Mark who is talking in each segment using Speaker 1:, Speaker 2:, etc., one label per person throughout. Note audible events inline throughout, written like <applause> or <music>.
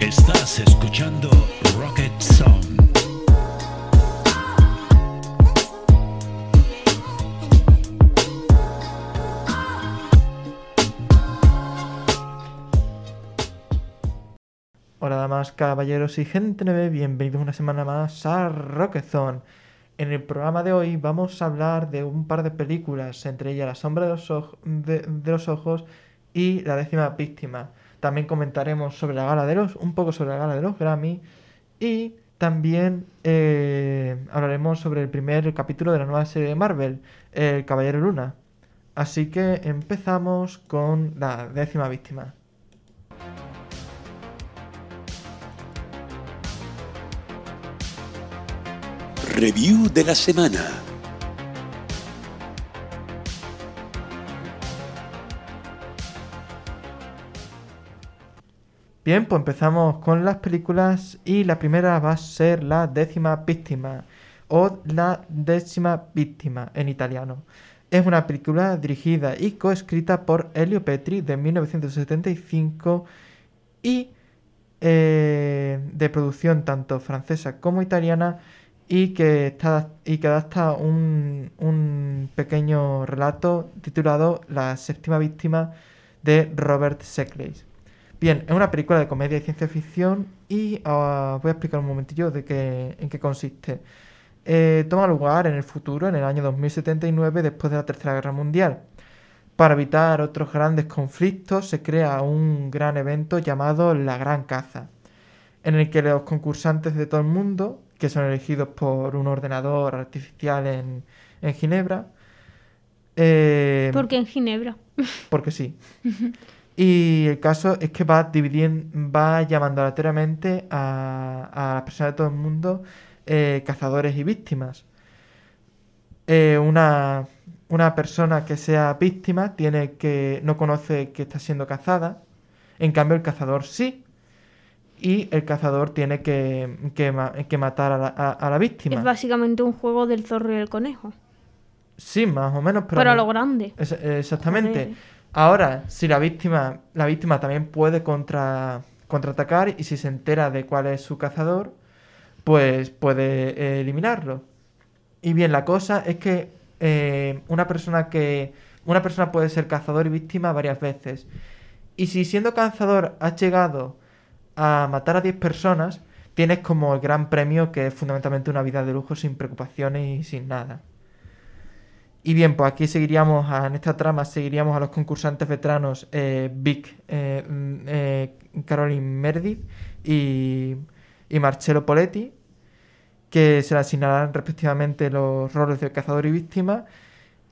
Speaker 1: Estás escuchando Rocket Sound.
Speaker 2: Hola damas, caballeros y gente nueve, bienvenidos una semana más a Rocketson. En el programa de hoy vamos a hablar de un par de películas, entre ellas La sombra de los, oj- de- de los ojos y La décima víctima. También comentaremos sobre la gala de los, un poco sobre la gala de los Grammy y también eh, hablaremos sobre el primer capítulo de la nueva serie de Marvel, El Caballero Luna. Así que empezamos con la décima víctima.
Speaker 3: Review de la semana.
Speaker 2: Bien, pues empezamos con las películas y la primera va a ser La décima víctima o La décima víctima en italiano. Es una película dirigida y coescrita por Elio Petri de 1975 y eh, de producción tanto francesa como italiana y que, está, y que adapta un, un pequeño relato titulado La séptima víctima de Robert Sheckley. Bien, es una película de comedia y ciencia ficción y ah, voy a explicar un momentillo de qué, en qué consiste. Eh, toma lugar en el futuro, en el año 2079, después de la Tercera Guerra Mundial. Para evitar otros grandes conflictos se crea un gran evento llamado la Gran Caza, en el que los concursantes de todo el mundo, que son elegidos por un ordenador artificial en, en Ginebra, eh,
Speaker 4: Porque en Ginebra.
Speaker 2: porque sí. Y el caso es que va dividiendo, va llamando aleatoriamente a, a las personas de todo el mundo eh, cazadores y víctimas. Eh, una, una persona que sea víctima tiene que no conoce que está siendo cazada, en cambio el cazador sí, y el cazador tiene que, que ma- que matar a la, a- a la víctima.
Speaker 4: Es básicamente un juego del zorro y el conejo.
Speaker 2: Sí, más o menos, pero...
Speaker 4: Pero, a lo grande.
Speaker 2: Es- exactamente.
Speaker 4: Joder.
Speaker 2: Ahora, si la víctima, la víctima también puede contra, contraatacar y si se entera de cuál es su cazador, pues puede eh, eliminarlo. Y bien, la cosa es que eh, una persona que una persona puede ser cazador y víctima varias veces. Y si siendo cazador has llegado a matar a 10 personas, tienes como el gran premio que es fundamentalmente una vida de lujo sin preocupaciones y sin nada. Y bien, pues aquí seguiríamos, a- en esta trama seguiríamos a los concursantes veteranos eh, Vic, eh, mm, eh, Caroline Meredith y, y Marcello Poletti, que se le asignarán respectivamente los roles de cazador y víctima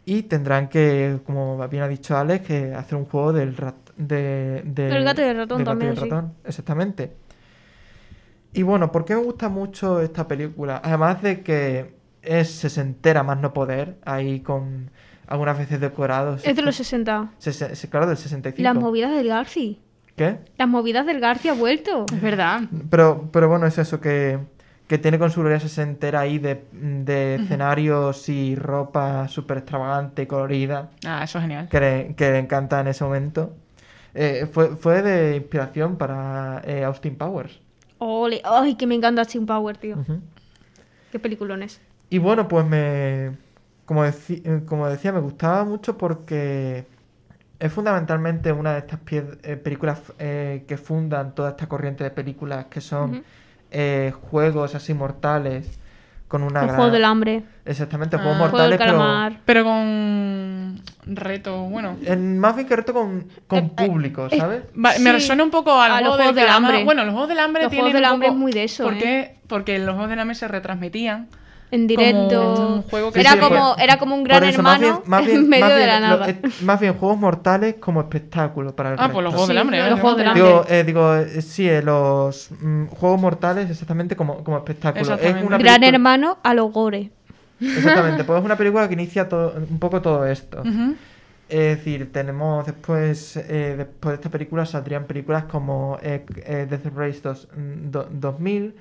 Speaker 2: y tendrán que, como bien ha dicho Alex, que hacer un juego del rat- de- del-
Speaker 4: Del gato y del ratón
Speaker 2: del gato y
Speaker 4: también,
Speaker 2: el
Speaker 4: sí.
Speaker 2: ratón, exactamente. Y bueno, ¿por qué me gusta mucho esta película? Además de que es sesentera más no poder, ahí con algunas veces decorados.
Speaker 4: Es de los 60.
Speaker 2: Sese- se- claro, del 65.
Speaker 4: Las movidas del Garci.
Speaker 2: ¿Qué?
Speaker 4: Las movidas del Garci ha vuelto.
Speaker 5: Es verdad.
Speaker 2: Pero, pero bueno, es eso, que, que tiene con su gloria sesentera ahí de, de escenarios y ropa súper extravagante y colorida.
Speaker 5: Ah, eso es genial.
Speaker 2: que le, que le encanta en ese momento. Eh, fue, fue de inspiración para eh, Austin Powers.
Speaker 4: Ole. Ay, que me encanta Sin Power, tío.
Speaker 2: Ujú.
Speaker 4: Qué peliculones.
Speaker 2: Y bueno, pues me. Como, deci- eh, como decía, me gustaba mucho porque es fundamentalmente una de estas pie- eh, películas eh, que fundan toda esta corriente de películas que son
Speaker 4: Ujú.
Speaker 2: eh, juegos así mortales con una
Speaker 4: Un
Speaker 2: gran-
Speaker 4: juego del hambre.
Speaker 2: Exactamente,
Speaker 5: Ah,
Speaker 2: juegos
Speaker 4: Un juego
Speaker 2: mortales,
Speaker 4: del
Speaker 2: pero.
Speaker 4: calamar.
Speaker 5: Pero con reto, bueno.
Speaker 2: En, más bien que reto con, con
Speaker 4: Eh,
Speaker 2: público, ¿sabes?
Speaker 5: Va- me
Speaker 4: Sí,
Speaker 5: resuena un poco al
Speaker 4: a los
Speaker 5: juego
Speaker 4: Juegos del
Speaker 5: calamar.
Speaker 4: Hambre.
Speaker 5: Bueno, los juegos del hambre
Speaker 4: Los
Speaker 5: tienen
Speaker 4: Juegos del
Speaker 5: un
Speaker 4: Hambre
Speaker 5: poco-
Speaker 4: es muy de eso,
Speaker 5: ¿Por
Speaker 4: ¿eh?
Speaker 5: qué? Porque los juegos del hambre se retransmitían.
Speaker 4: En directo.
Speaker 5: un juego que
Speaker 4: era,
Speaker 2: Sí, sí,
Speaker 4: como,
Speaker 2: pues-
Speaker 4: era como un gran
Speaker 2: Por eso, más
Speaker 4: hermano
Speaker 2: bien- más bien-
Speaker 4: <laughs> en medio
Speaker 2: más
Speaker 4: de
Speaker 2: bien
Speaker 4: la
Speaker 2: lo-
Speaker 4: nada.
Speaker 2: eh, más bien juegos mortales como espectáculo para el
Speaker 5: Ah, pues los
Speaker 2: resto.
Speaker 5: juegos del
Speaker 4: Sí,
Speaker 5: hambre.
Speaker 4: los
Speaker 5: ¿eh?
Speaker 4: juegos del hambre.
Speaker 2: Digo, eh, digo, eh, sí, eh, los mm, juegos mortales exactamente como, como espectáculo. Es
Speaker 5: Exactamente.
Speaker 2: una
Speaker 4: Gran
Speaker 2: película-
Speaker 4: hermano a los gore.
Speaker 2: Exactamente, pues es una película que inicia todo- un poco todo esto.
Speaker 5: Ujú.
Speaker 2: Es decir, tenemos después, eh, después de esta película saldrían películas como eh, eh, Death Race 2, mm, do- 2000,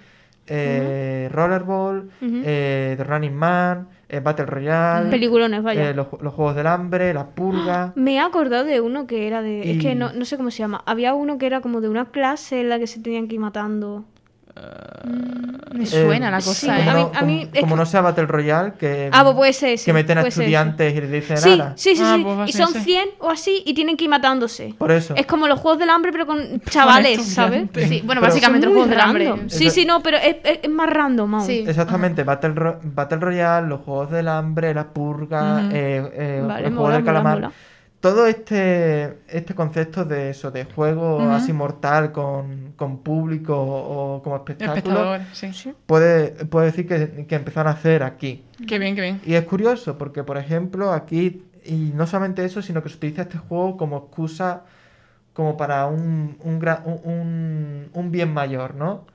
Speaker 2: eh, Rollerball,
Speaker 4: Ujú.
Speaker 2: eh, The Running Man, eh, Battle Royale,
Speaker 4: Peliculones, vaya.
Speaker 2: eh, los, ju- los Juegos del Hambre, La
Speaker 4: <gasps>
Speaker 2: Purga.
Speaker 4: Me he acordado de uno que era de. Es
Speaker 2: Y-
Speaker 4: que no, no sé cómo se llama. Había uno que era como de una clase en la que se tenían que ir matando.
Speaker 6: Mm,
Speaker 5: Me suena la
Speaker 2: Eh,
Speaker 5: cosa,
Speaker 4: sí,
Speaker 5: ¿eh?
Speaker 2: como
Speaker 4: A mí-
Speaker 2: no,
Speaker 4: a
Speaker 2: como-
Speaker 4: mí es
Speaker 2: como
Speaker 4: que-
Speaker 2: no sea Battle Royale, que,
Speaker 4: Ah, pues puede ser, sí,
Speaker 2: Eh, que meten a
Speaker 4: puede ser, sí.
Speaker 2: estudiantes y les dicen
Speaker 4: Sí,
Speaker 2: "Ala".
Speaker 4: sí, sí,
Speaker 5: Ah,
Speaker 4: sí.
Speaker 5: pues va a
Speaker 4: y
Speaker 5: ser
Speaker 4: son
Speaker 5: ese.
Speaker 4: 100 o así y tienen que ir matándose.
Speaker 2: Por eso.
Speaker 4: Es como los juegos del hambre, pero con chavales, ¿sabes?
Speaker 5: estudiantes.
Speaker 6: Sí, bueno,
Speaker 2: Pero
Speaker 6: básicamente los
Speaker 4: Son muy
Speaker 6: juegos del hambre.
Speaker 4: random. Sí, sí, no, pero es, es- es más random aún.
Speaker 6: Sí.
Speaker 2: Exactamente, Battle, Ro- Battle Royale, los Juegos del Hambre, la Purga,
Speaker 5: Ujú.
Speaker 2: eh, eh,
Speaker 4: Vale,
Speaker 2: el Juego
Speaker 4: mola,
Speaker 2: del
Speaker 4: mola,
Speaker 2: Calamar.
Speaker 4: mola.
Speaker 2: Todo este, este concepto de eso, de juego
Speaker 5: Ujú.
Speaker 2: así mortal con, con público o, o como espectáculo,
Speaker 5: Espectador, sí.
Speaker 2: puede, puede decir que, que empezaron a hacer aquí.
Speaker 5: Qué bien, qué bien.
Speaker 2: Y es curioso porque, por ejemplo, aquí, y no solamente eso, sino que se utiliza este juego como excusa como para un, un, gra- un- un- un bien mayor, ¿no?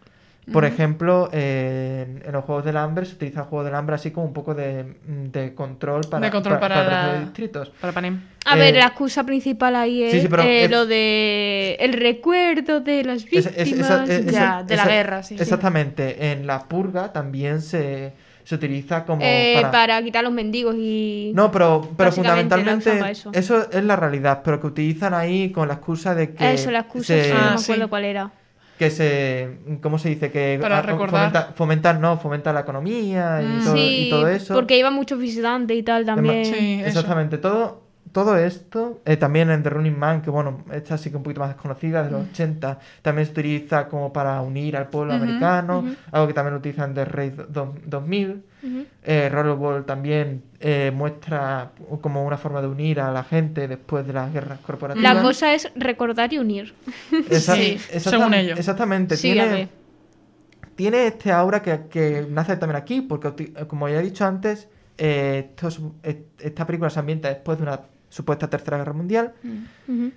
Speaker 2: Por ejemplo, eh, en, en los Juegos del Hambre se utiliza el Juego del Hambre así como un poco de, de control para,
Speaker 5: De control para
Speaker 2: el resto de
Speaker 5: la-
Speaker 2: distritos.
Speaker 5: Para Panem.
Speaker 4: A
Speaker 2: Eh,
Speaker 4: ver, la excusa principal ahí es,
Speaker 2: sí, sí, pero
Speaker 4: eh,
Speaker 2: es-
Speaker 4: lo de el recuerdo de las
Speaker 2: Esa-
Speaker 4: víctimas.
Speaker 2: es- esa-
Speaker 4: y
Speaker 2: es-
Speaker 4: tal.
Speaker 6: ya,
Speaker 2: esa-
Speaker 6: de la
Speaker 2: esa-
Speaker 6: guerra, sí, sí.
Speaker 2: Exactamente. En la purga también se, se utiliza como
Speaker 4: Eh,
Speaker 2: para...
Speaker 4: para... quitar a los mendigos y...
Speaker 2: No, pero, pero
Speaker 4: Básicamente la usan
Speaker 2: fundamentalmente
Speaker 4: para
Speaker 2: eso.
Speaker 4: eso.
Speaker 2: es la realidad, pero que utilizan ahí con la excusa de que
Speaker 4: Eso, la excusa,
Speaker 2: se-
Speaker 4: sí, Ah. no
Speaker 5: Ah,
Speaker 4: me acuerdo
Speaker 5: sí.
Speaker 4: cuál era.
Speaker 2: que se cómo se dice que
Speaker 5: Para
Speaker 2: ah,
Speaker 5: recordar.
Speaker 2: fomenta, fomenta- no fomenta la economía y,
Speaker 5: Mm.
Speaker 2: todo,
Speaker 4: sí,
Speaker 2: y todo eso
Speaker 4: porque iba muchos visitantes y tal también.
Speaker 5: Sí. eso.
Speaker 2: exactamente todo todo esto eh, también en The Running Man que bueno esta sí que un poquito más desconocida de los 80 también se utiliza como para unir al pueblo
Speaker 5: Ujú,
Speaker 2: americano
Speaker 4: ujú.
Speaker 2: algo que también utilizan The Raid do- 2000
Speaker 4: Ujú.
Speaker 2: eh, Rollerball también eh, muestra como una forma de unir a la gente después de las guerras corporativas
Speaker 4: La cosa es recordar y unir.
Speaker 2: Esa-
Speaker 5: Sí,
Speaker 2: exacta-
Speaker 5: según ellos.
Speaker 2: Exactamente.
Speaker 4: Sí, a
Speaker 2: tiene,
Speaker 4: ver.
Speaker 2: tiene este aura que, que nace también aquí, porque uti- como ya he dicho antes, eh, esto es- es- esta película se ambienta después de una supuesta tercera guerra mundial
Speaker 4: Mm, Ujú.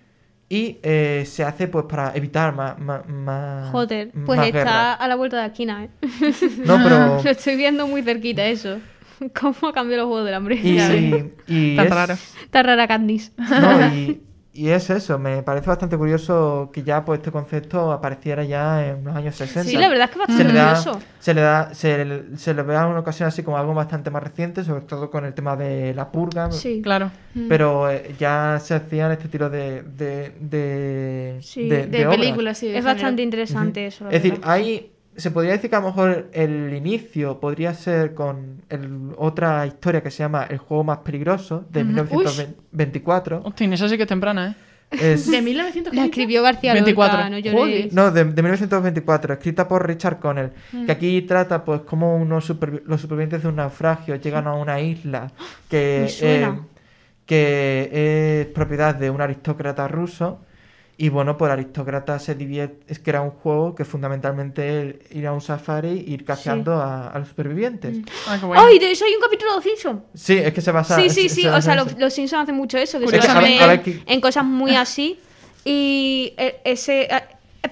Speaker 2: y eh, se hace pues para evitar más, más, más-
Speaker 4: Joder,
Speaker 2: Ah, mm, más Oh.
Speaker 4: pues está
Speaker 2: guerras.
Speaker 4: a la vuelta de la esquina, ¿eh?
Speaker 2: No, pero...
Speaker 4: <laughs> Lo estoy viendo muy cerquita eso. <laughs> ¿Cómo cambió los juegos del hambre?
Speaker 2: Y,
Speaker 4: <laughs> Ya ves.
Speaker 2: y
Speaker 5: Tan
Speaker 2: es-
Speaker 5: raro.
Speaker 4: Está rara Katniss.
Speaker 2: no, y- y es eso, me parece bastante curioso que ya pues este concepto apareciera ya en los años 60.
Speaker 4: Sí, la verdad es que es
Speaker 2: se le
Speaker 4: bastante
Speaker 2: da,
Speaker 4: Mm. curioso.
Speaker 2: se le da, se le, se le da una ocasión así como algo bastante más reciente, sobre todo con el tema de la purga.
Speaker 4: Sí.
Speaker 5: Claro.
Speaker 6: Mm.
Speaker 2: Pero eh, ya se hacían este tipo de, de, de,
Speaker 4: Sí,
Speaker 2: de,
Speaker 6: De,
Speaker 2: de obras.
Speaker 6: películas, sí. de
Speaker 4: Es
Speaker 6: género.
Speaker 4: bastante interesante eso. la
Speaker 2: Es decir,
Speaker 4: verdad.
Speaker 2: ahí se podría decir que a lo mejor el inicio podría ser con el- otra historia que se llama El juego más peligroso de 1924.
Speaker 5: Hostia, esa sí que es temprana, ¿eh?
Speaker 2: Es-
Speaker 6: De 1900.
Speaker 4: La escribió García
Speaker 5: 24.
Speaker 4: Lorca, no
Speaker 5: Joder.
Speaker 4: lloréis.
Speaker 2: No, de, de 1924, escrita por Richard Connell,
Speaker 4: Mm.
Speaker 2: que aquí trata pues cómo unos supervi- los supervivientes de un naufragio llegan a una isla que,
Speaker 4: <gasps> Me suena.
Speaker 2: eh, que es propiedad de un aristócrata ruso. Y bueno, por aristócrata se divierte, es que era un juego que fundamentalmente el ir a un safari e ir cazando a, a los supervivientes.
Speaker 5: Ah, qué bueno.
Speaker 4: ¡Ay! De eso hay un capítulo de los Simpsons.
Speaker 2: Sí, es que se basa...
Speaker 4: Mm. sí,
Speaker 2: se-
Speaker 4: sí, sí.
Speaker 2: se
Speaker 4: O
Speaker 2: basa
Speaker 4: sea,
Speaker 2: en
Speaker 4: los,
Speaker 2: eso.
Speaker 4: los Simpsons hacen mucho eso, que
Speaker 5: Es que
Speaker 4: se
Speaker 5: a ver-
Speaker 4: basan
Speaker 2: a ver
Speaker 4: en-
Speaker 2: qué-
Speaker 4: en
Speaker 2: <laughs>
Speaker 4: cosas muy así. Y eh, ese. eh,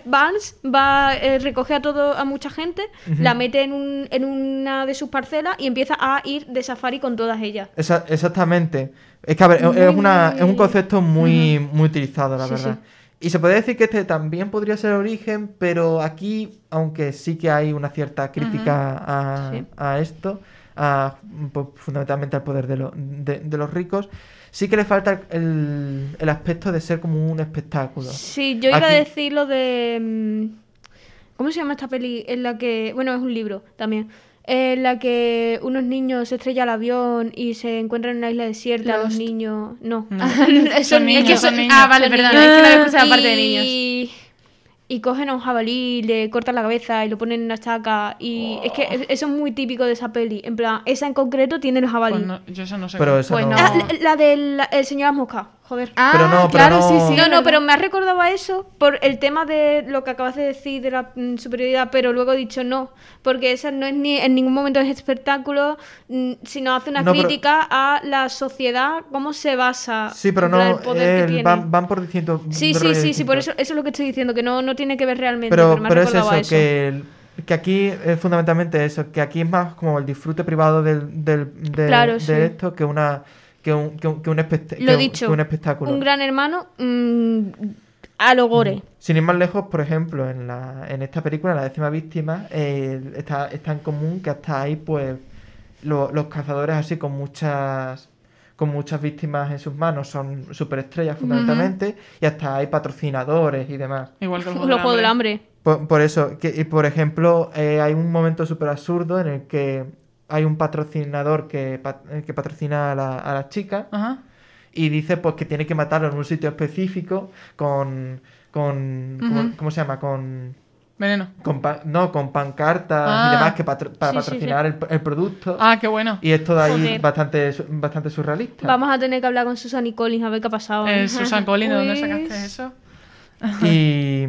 Speaker 4: Barnes va eh, recoge a todo a mucha gente, la mete en, un- en una de sus parcelas y empieza a ir de safari con todas ellas.
Speaker 2: Esa- exactamente. Es que, a ver, es, una, es un concepto muy, muy utilizado, la verdad. Y se podría decir que este también podría ser origen, pero aquí, aunque sí que hay una cierta crítica a,
Speaker 4: Sí.
Speaker 2: a esto, a, pues, fundamentalmente al poder de, lo- de, de los ricos, sí que le falta el, el aspecto de ser como un espectáculo.
Speaker 4: Sí, yo iba
Speaker 2: Aquí-
Speaker 4: a decir lo de. mm, ¿Cómo se llama esta peli? En la que. Bueno, es un libro también. En la que unos niños se estrella el avión y se encuentran en una isla desierta. Los
Speaker 6: Lost.
Speaker 4: niños. No.
Speaker 2: Mm.
Speaker 5: No.
Speaker 6: <laughs> son niños.
Speaker 5: niños, son niños.
Speaker 6: Ah, vale, perdón. Es que no había escuchado la parte de niños.
Speaker 4: Y... y cogen a un jabalí, le cortan la cabeza y lo ponen en una estaca. Y es que es- eso es muy típico de esa peli. En plan, esa en concreto tiene el jabalí.
Speaker 5: Pues no, yo esa no sé.
Speaker 2: Pero eso
Speaker 6: Pues
Speaker 2: no...
Speaker 6: no.
Speaker 4: Ah, la, la del el señor de las moscas. Joder.
Speaker 6: Ah,
Speaker 2: Pero no, pero
Speaker 6: claro,
Speaker 2: no-
Speaker 6: sí, sí.
Speaker 4: No, no,
Speaker 6: ¿verdad?
Speaker 4: pero me has recordado a eso por el tema de lo que acabas de decir de la mm, superioridad, pero luego he dicho no, porque esa no es ni en ningún momento es espectáculo, mm, sino hace una
Speaker 2: No, pero-
Speaker 4: crítica a la sociedad, cómo se basa
Speaker 2: Sí, pero
Speaker 4: en plan,
Speaker 2: no,
Speaker 4: el poder que
Speaker 2: el-
Speaker 4: tiene.
Speaker 2: van, van por distintos...
Speaker 4: Sí, sí,
Speaker 2: rollos
Speaker 4: sí, sí, por
Speaker 2: distintos.
Speaker 4: eso, eso es lo que estoy diciendo, que no, no tiene que ver realmente, pero,
Speaker 2: pero,
Speaker 4: me has
Speaker 2: pero es
Speaker 4: recordado
Speaker 2: eso,
Speaker 4: a eso.
Speaker 2: Que, el- que aquí es fundamentalmente eso, que aquí es más como el disfrute privado del, del, de,
Speaker 4: Claro,
Speaker 2: de
Speaker 4: sí.
Speaker 2: esto que una que un, que un, que un, espect-
Speaker 4: Lo
Speaker 2: que un-
Speaker 4: dicho,
Speaker 2: que un espectáculo.
Speaker 4: Un gran hermano mm, a lo gore.
Speaker 2: Sin ir más lejos, por ejemplo, en, la, en esta película, La décima víctima, eh, está, es tan común que hasta ahí, pues, lo- los cazadores así con muchas con muchas víctimas en sus manos son superestrellas fundamentalmente y hasta hay patrocinadores y demás.
Speaker 4: <laughs>
Speaker 5: Igual <laughs> que el
Speaker 4: Los juegos del hambre.
Speaker 2: Por, por eso, que, y por ejemplo, eh, hay un momento súper absurdo en el que hay un patrocinador que, pa- eh, que patrocina a, la- a las chicas
Speaker 5: Ajá.
Speaker 2: y dice pues que tiene que matarlo en un sitio específico con... con ¿cómo,
Speaker 5: Ujú.
Speaker 2: cómo se llama? Con...
Speaker 5: Veneno.
Speaker 2: con pan- no, con pancartas
Speaker 5: Ah.
Speaker 2: y demás que patro- para
Speaker 4: Sí, sí,
Speaker 2: patrocinar el- El, producto.
Speaker 5: Ah, qué bueno.
Speaker 2: Y esto de ahí
Speaker 4: Joder.
Speaker 2: bastante, su- bastante surrealista.
Speaker 4: Vamos a tener que hablar con Susan y Collins a ver qué ha pasado.
Speaker 5: Eh, Susan Collins, ¿de dónde
Speaker 4: Pues-
Speaker 5: sacaste eso?
Speaker 2: Y,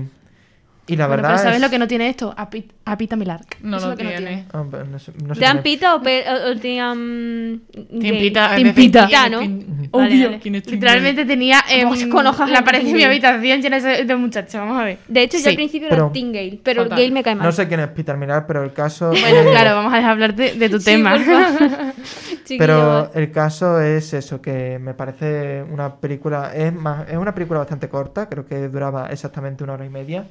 Speaker 2: y la
Speaker 6: Bueno,
Speaker 2: verdad
Speaker 6: pero ¿sabes
Speaker 2: es-
Speaker 6: lo que no tiene esto? A, Pit- a Pita Milark.
Speaker 5: No
Speaker 6: Eso
Speaker 5: lo
Speaker 6: es que
Speaker 5: tiene.
Speaker 2: Ah, pero no sé- no sé
Speaker 4: ¿Te han
Speaker 2: qué-
Speaker 4: pita o, pe- o- o te han...
Speaker 5: Team
Speaker 4: gay?
Speaker 5: Pita,
Speaker 6: Team
Speaker 5: es decir, ¿quién
Speaker 6: Pita.
Speaker 5: es
Speaker 4: Ya, ¿no?
Speaker 5: Team-
Speaker 6: Obvio.
Speaker 5: Vale, vale. ¿Quién es Team
Speaker 6: Literalmente tenía eh,
Speaker 4: Vamos con hojas
Speaker 6: la
Speaker 4: en
Speaker 6: pared de mi
Speaker 4: Tinder.
Speaker 6: habitación llena de, de muchachos. Vamos a
Speaker 2: <laughs>
Speaker 6: ver.
Speaker 4: De hecho, yo
Speaker 6: Sí.
Speaker 4: al principio
Speaker 2: Pero-
Speaker 4: era Team Gale, pero
Speaker 5: Fatal.
Speaker 4: el Gale me cae mal.
Speaker 2: No sé quién es Peter Mirar, pero el caso.
Speaker 6: Bueno,
Speaker 2: es-
Speaker 6: claro, vamos a dejar hablar de, de tu
Speaker 4: Sí,
Speaker 6: tema. <laughs>
Speaker 4: por favor. <laughs> Chiquillo,
Speaker 2: Pero el caso es eso, que me parece una película, es más, es una película bastante corta, creo que duraba exactamente una hora y media.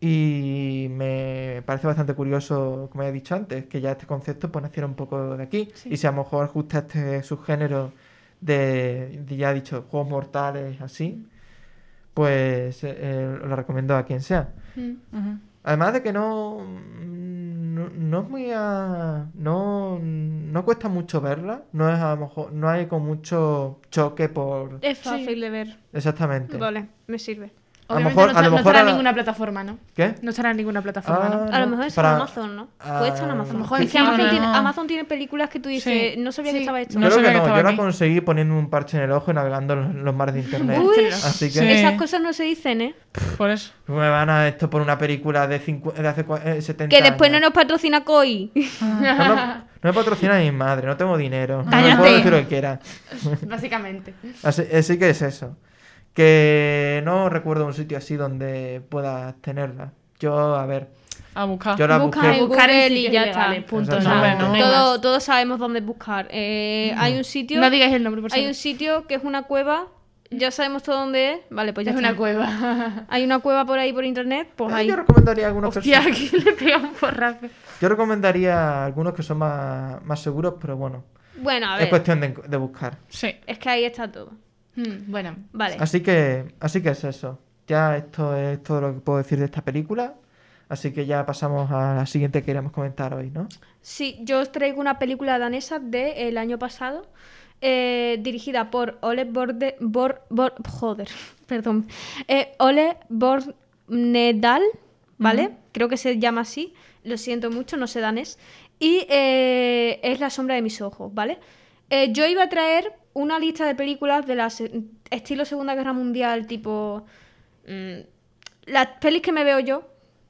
Speaker 2: Y me parece bastante curioso, como he dicho antes, que ya este concepto pues naciera un poco de aquí. Y si a lo mejor ajusta este subgénero de, de ya he dicho, juegos mortales, así, pues eh, eh, lo recomiendo a quien sea.
Speaker 5: Ujú.
Speaker 2: Además de que no. No, no es muy. a- no, no cuesta mucho verla. No es a lo mejor. No hay con mucho choque por.
Speaker 4: Es fácil de ver.
Speaker 2: Exactamente.
Speaker 4: Vale, me sirve.
Speaker 2: A lo
Speaker 6: Obviamente
Speaker 2: mejor-
Speaker 6: no,
Speaker 2: a
Speaker 6: está-
Speaker 2: lo
Speaker 6: no
Speaker 2: mejor
Speaker 6: estará en
Speaker 2: a la-
Speaker 6: ninguna plataforma, ¿no?
Speaker 2: ¿Qué?
Speaker 6: No estará en ninguna plataforma,
Speaker 2: Ah,
Speaker 6: ¿no?
Speaker 4: A
Speaker 2: no,
Speaker 4: lo mejor es en
Speaker 2: para-
Speaker 4: Amazon, ¿no?
Speaker 2: ah,
Speaker 4: Puede estar en Amazon.
Speaker 2: a lo
Speaker 6: mejor
Speaker 4: es que
Speaker 6: en
Speaker 4: Amazon,
Speaker 5: Amazon,
Speaker 4: tiene,
Speaker 5: no.
Speaker 4: Amazon tiene películas que tú dices,
Speaker 5: Sí.
Speaker 4: no sabía
Speaker 6: Sí.
Speaker 4: que estaba hecho.
Speaker 5: No
Speaker 2: Creo
Speaker 5: sabía
Speaker 2: que
Speaker 5: que
Speaker 2: no.
Speaker 5: estaba
Speaker 2: Yo la
Speaker 5: aquí.
Speaker 2: conseguí poniendo un parche en el ojo y navegando en los mares de internet.
Speaker 4: Uy.
Speaker 2: Así que.
Speaker 5: Sí.
Speaker 4: Esas cosas no se dicen, ¿eh?
Speaker 5: Por eso.
Speaker 2: Me van a esto por una película de, cincu- de hace cua- eh, 70
Speaker 4: Que después no
Speaker 2: años.
Speaker 4: nos patrocina Koi.
Speaker 2: No me- no me patrocina mi madre, no tengo dinero. No
Speaker 4: Ah.
Speaker 2: me
Speaker 6: Cállate.
Speaker 2: puedo decir lo que quiera.
Speaker 6: Básicamente.
Speaker 2: Así, así que es eso. Que no recuerdo un sitio así donde puedas tenerla. Yo, a ver,
Speaker 5: A buscar.
Speaker 2: yo la
Speaker 4: Ah, Busca
Speaker 2: busqué.
Speaker 4: en
Speaker 6: Buscar en
Speaker 4: Google y
Speaker 6: sitios
Speaker 4: ya
Speaker 6: ilegales,
Speaker 4: está.
Speaker 6: punto.
Speaker 2: No,
Speaker 6: No,
Speaker 5: no.
Speaker 6: no hay
Speaker 4: Todo, todos sabemos dónde buscar. Eh, Hay un sitio.
Speaker 6: más. No digáis el nombre, por
Speaker 4: hay un
Speaker 6: favor.
Speaker 4: sitio que es una cueva. Ya sabemos todo dónde es. Vale, pues ya
Speaker 6: Es
Speaker 4: está.
Speaker 6: una cueva.
Speaker 4: Hay una cueva por ahí por internet. Pues
Speaker 2: Eh,
Speaker 4: ahí.
Speaker 2: Yo recomendaría algunos
Speaker 6: Hostia,
Speaker 2: que son-
Speaker 6: aquí le pega un porrazo.
Speaker 2: Yo recomendaría algunos que son más, más seguros, pero bueno.
Speaker 4: Bueno, a
Speaker 2: Es
Speaker 4: ver.
Speaker 2: cuestión de, de buscar.
Speaker 5: Sí.
Speaker 4: Es que ahí está todo.
Speaker 6: Hmm, Bueno.
Speaker 4: Vale.
Speaker 2: Así que, así que es eso. Ya esto es todo lo que puedo decir de esta película. Así que ya pasamos a la siguiente que queríamos comentar hoy, ¿no?
Speaker 4: Sí, yo os traigo una película danesa del año pasado, eh, dirigida por Ole Borde, Bor, Bor- joder, <laughs> perdón, Eh, Ole Bornedal, ¿vale? Creo que se llama así, lo siento mucho, no sé danés, y eh, es La sombra de mis ojos, ¿vale? Eh, yo iba a traer una lista de películas de las eh, estilo Segunda Guerra Mundial, tipo mm, las pelis que me veo yo,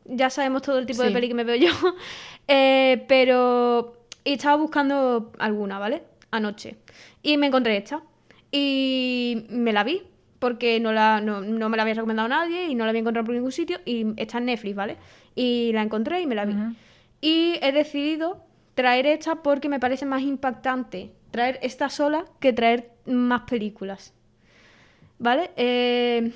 Speaker 4: ya sabemos todo el tipo de
Speaker 6: Sí.
Speaker 4: peli que me veo yo, <laughs> eh, pero y estaba buscando alguna, ¿vale? Anoche. Y me encontré esta. Y me la vi, porque no, la, no, no me la había recomendado nadie y no la había encontrado por ningún sitio. Y está en Netflix, ¿vale? Y la encontré y me la vi. Y he decidido traer esta porque me parece más impactante traer esta sola que traer más películas. ¿Vale? Eh,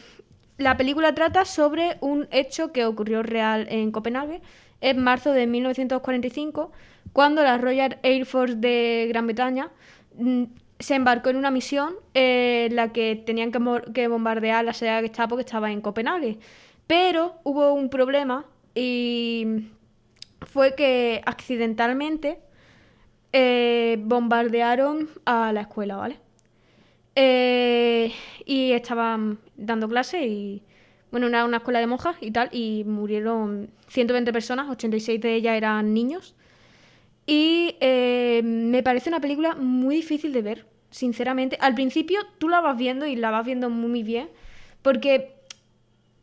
Speaker 4: la película trata sobre un hecho que ocurrió real en Copenhague en marzo de 1945, cuando la Royal Air Force de Gran Bretaña mm, se embarcó en una misión eh, en la que tenían que, mo- que bombardear la sede de la Gestapo que estaba en Copenhague. Pero hubo un problema y fue que accidentalmente eh, bombardearon a la escuela, ¿vale? Eh, y estaban dando clase y, bueno, era una escuela de monjas y tal, y murieron 120 personas, 86 de ellas eran niños. Y eh, me parece una película muy difícil de ver, sinceramente. Al principio tú la vas viendo y la vas viendo muy bien, porque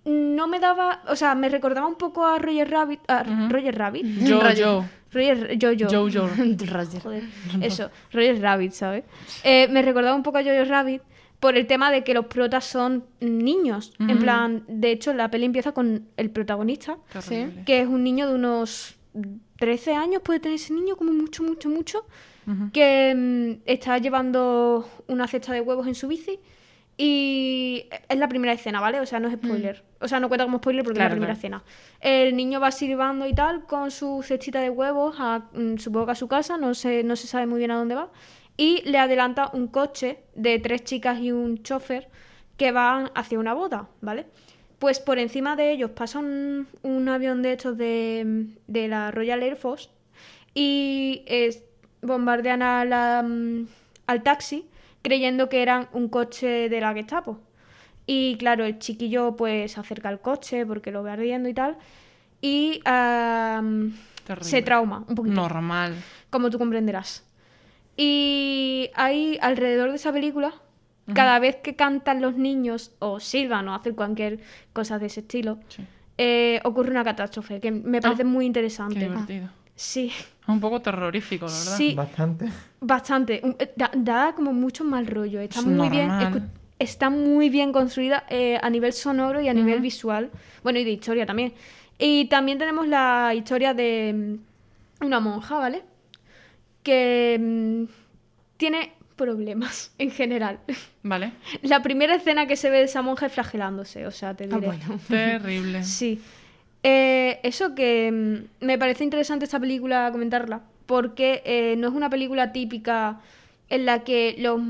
Speaker 4: no me daba, o sea, me recordaba un poco a Roger Rabbit, a
Speaker 5: Ujú.
Speaker 4: Roger Rabbit,
Speaker 5: Yo,
Speaker 6: Rollo.
Speaker 5: yo.
Speaker 4: Roger, yo, yo.
Speaker 5: Yo, yo.
Speaker 6: <laughs> Roger.
Speaker 4: Joder, eso, Roger Rabbit, ¿sabes? Eh, me recordaba un poco a Jojo Rabbit por el tema de que los protas son niños. En
Speaker 5: Ujú.
Speaker 4: plan, de hecho, la peli empieza con el protagonista,
Speaker 5: Qué horrible.
Speaker 4: que es un niño de unos 13 años, puede tener ese niño como mucho, mucho, mucho,
Speaker 5: Ujú.
Speaker 4: que mm, está llevando una cesta de huevos en su bici Y es la primera escena, ¿vale? O sea, no es spoiler. O sea, no cuenta como spoiler porque
Speaker 6: Mm. Claro,
Speaker 4: es la primera escena. El niño va silbando y tal con su cestita de huevos, a, mm, supongo que a su casa, no se, no se sabe muy bien a dónde va. Y le adelanta un coche de tres chicas y un chofer que van hacia una boda, ¿vale? Pues por encima de ellos pasa un, un avión de estos de, de la Royal Air Force y es- bombardean a la, mm, al taxi creyendo que eran un coche de la Gestapo. Y claro, el chiquillo pues se acerca al coche porque lo ve ardiendo y tal y ah,
Speaker 5: Terrible.
Speaker 4: se trauma un poquito
Speaker 5: Normal.
Speaker 4: como tú comprenderás. Y hay alrededor de esa película, cada vez que cantan los niños o silban o hacen cualquier cosa de ese estilo,
Speaker 5: Sí.
Speaker 4: eh, ocurre una catástrofe que me parece muy interesante.
Speaker 5: Ah. Qué divertido.
Speaker 4: Sí,
Speaker 5: Es un poco terrorífico, la verdad.
Speaker 4: sí,
Speaker 2: Bastante.
Speaker 4: bastante. Un- eh, Da, da como mucho mal rollo. Está
Speaker 5: Es
Speaker 4: muy bien.
Speaker 5: normal.
Speaker 4: escu- Está muy bien construida eh, a nivel sonoro y a nivel visual. Bueno, y de historia también. Y también tenemos la historia de mm, una monja, ¿vale? que mm, tiene problemas <laughs> en general.
Speaker 6: <laughs>
Speaker 5: Vale.
Speaker 4: La primera escena que se ve de esa monja es flagelándose, o sea, te
Speaker 6: Ah,
Speaker 4: diré.
Speaker 6: bueno.
Speaker 5: Terrible.
Speaker 4: Sí. Eh, eso que mm, me parece interesante esta película comentarla, porque eh, no es una película típica en la que los,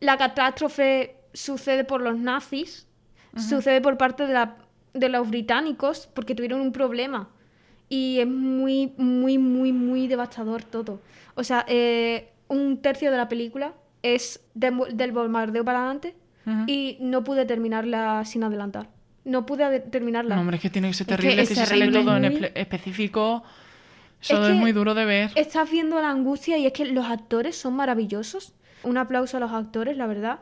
Speaker 4: la catástrofe sucede por los nazis, sucede por parte de, la- de los británicos, porque tuvieron un problema. Y es muy, muy, muy, muy devastador todo. O sea, eh, un tercio de la película es de- del bombardeo para adelante
Speaker 5: Ujú.
Speaker 4: y no pude terminarla sin adelantar. No pude ade- terminarla.
Speaker 5: No, hombre, es que tiene que ser
Speaker 6: que
Speaker 5: terrible.
Speaker 6: es
Speaker 5: si se sale
Speaker 6: terrible.
Speaker 5: todo en
Speaker 4: Muy-
Speaker 5: espe- específico. Eso es,
Speaker 4: que
Speaker 5: muy duro de ver.
Speaker 4: Estás viendo la angustia y es que los actores son maravillosos. Un aplauso a los actores, la verdad.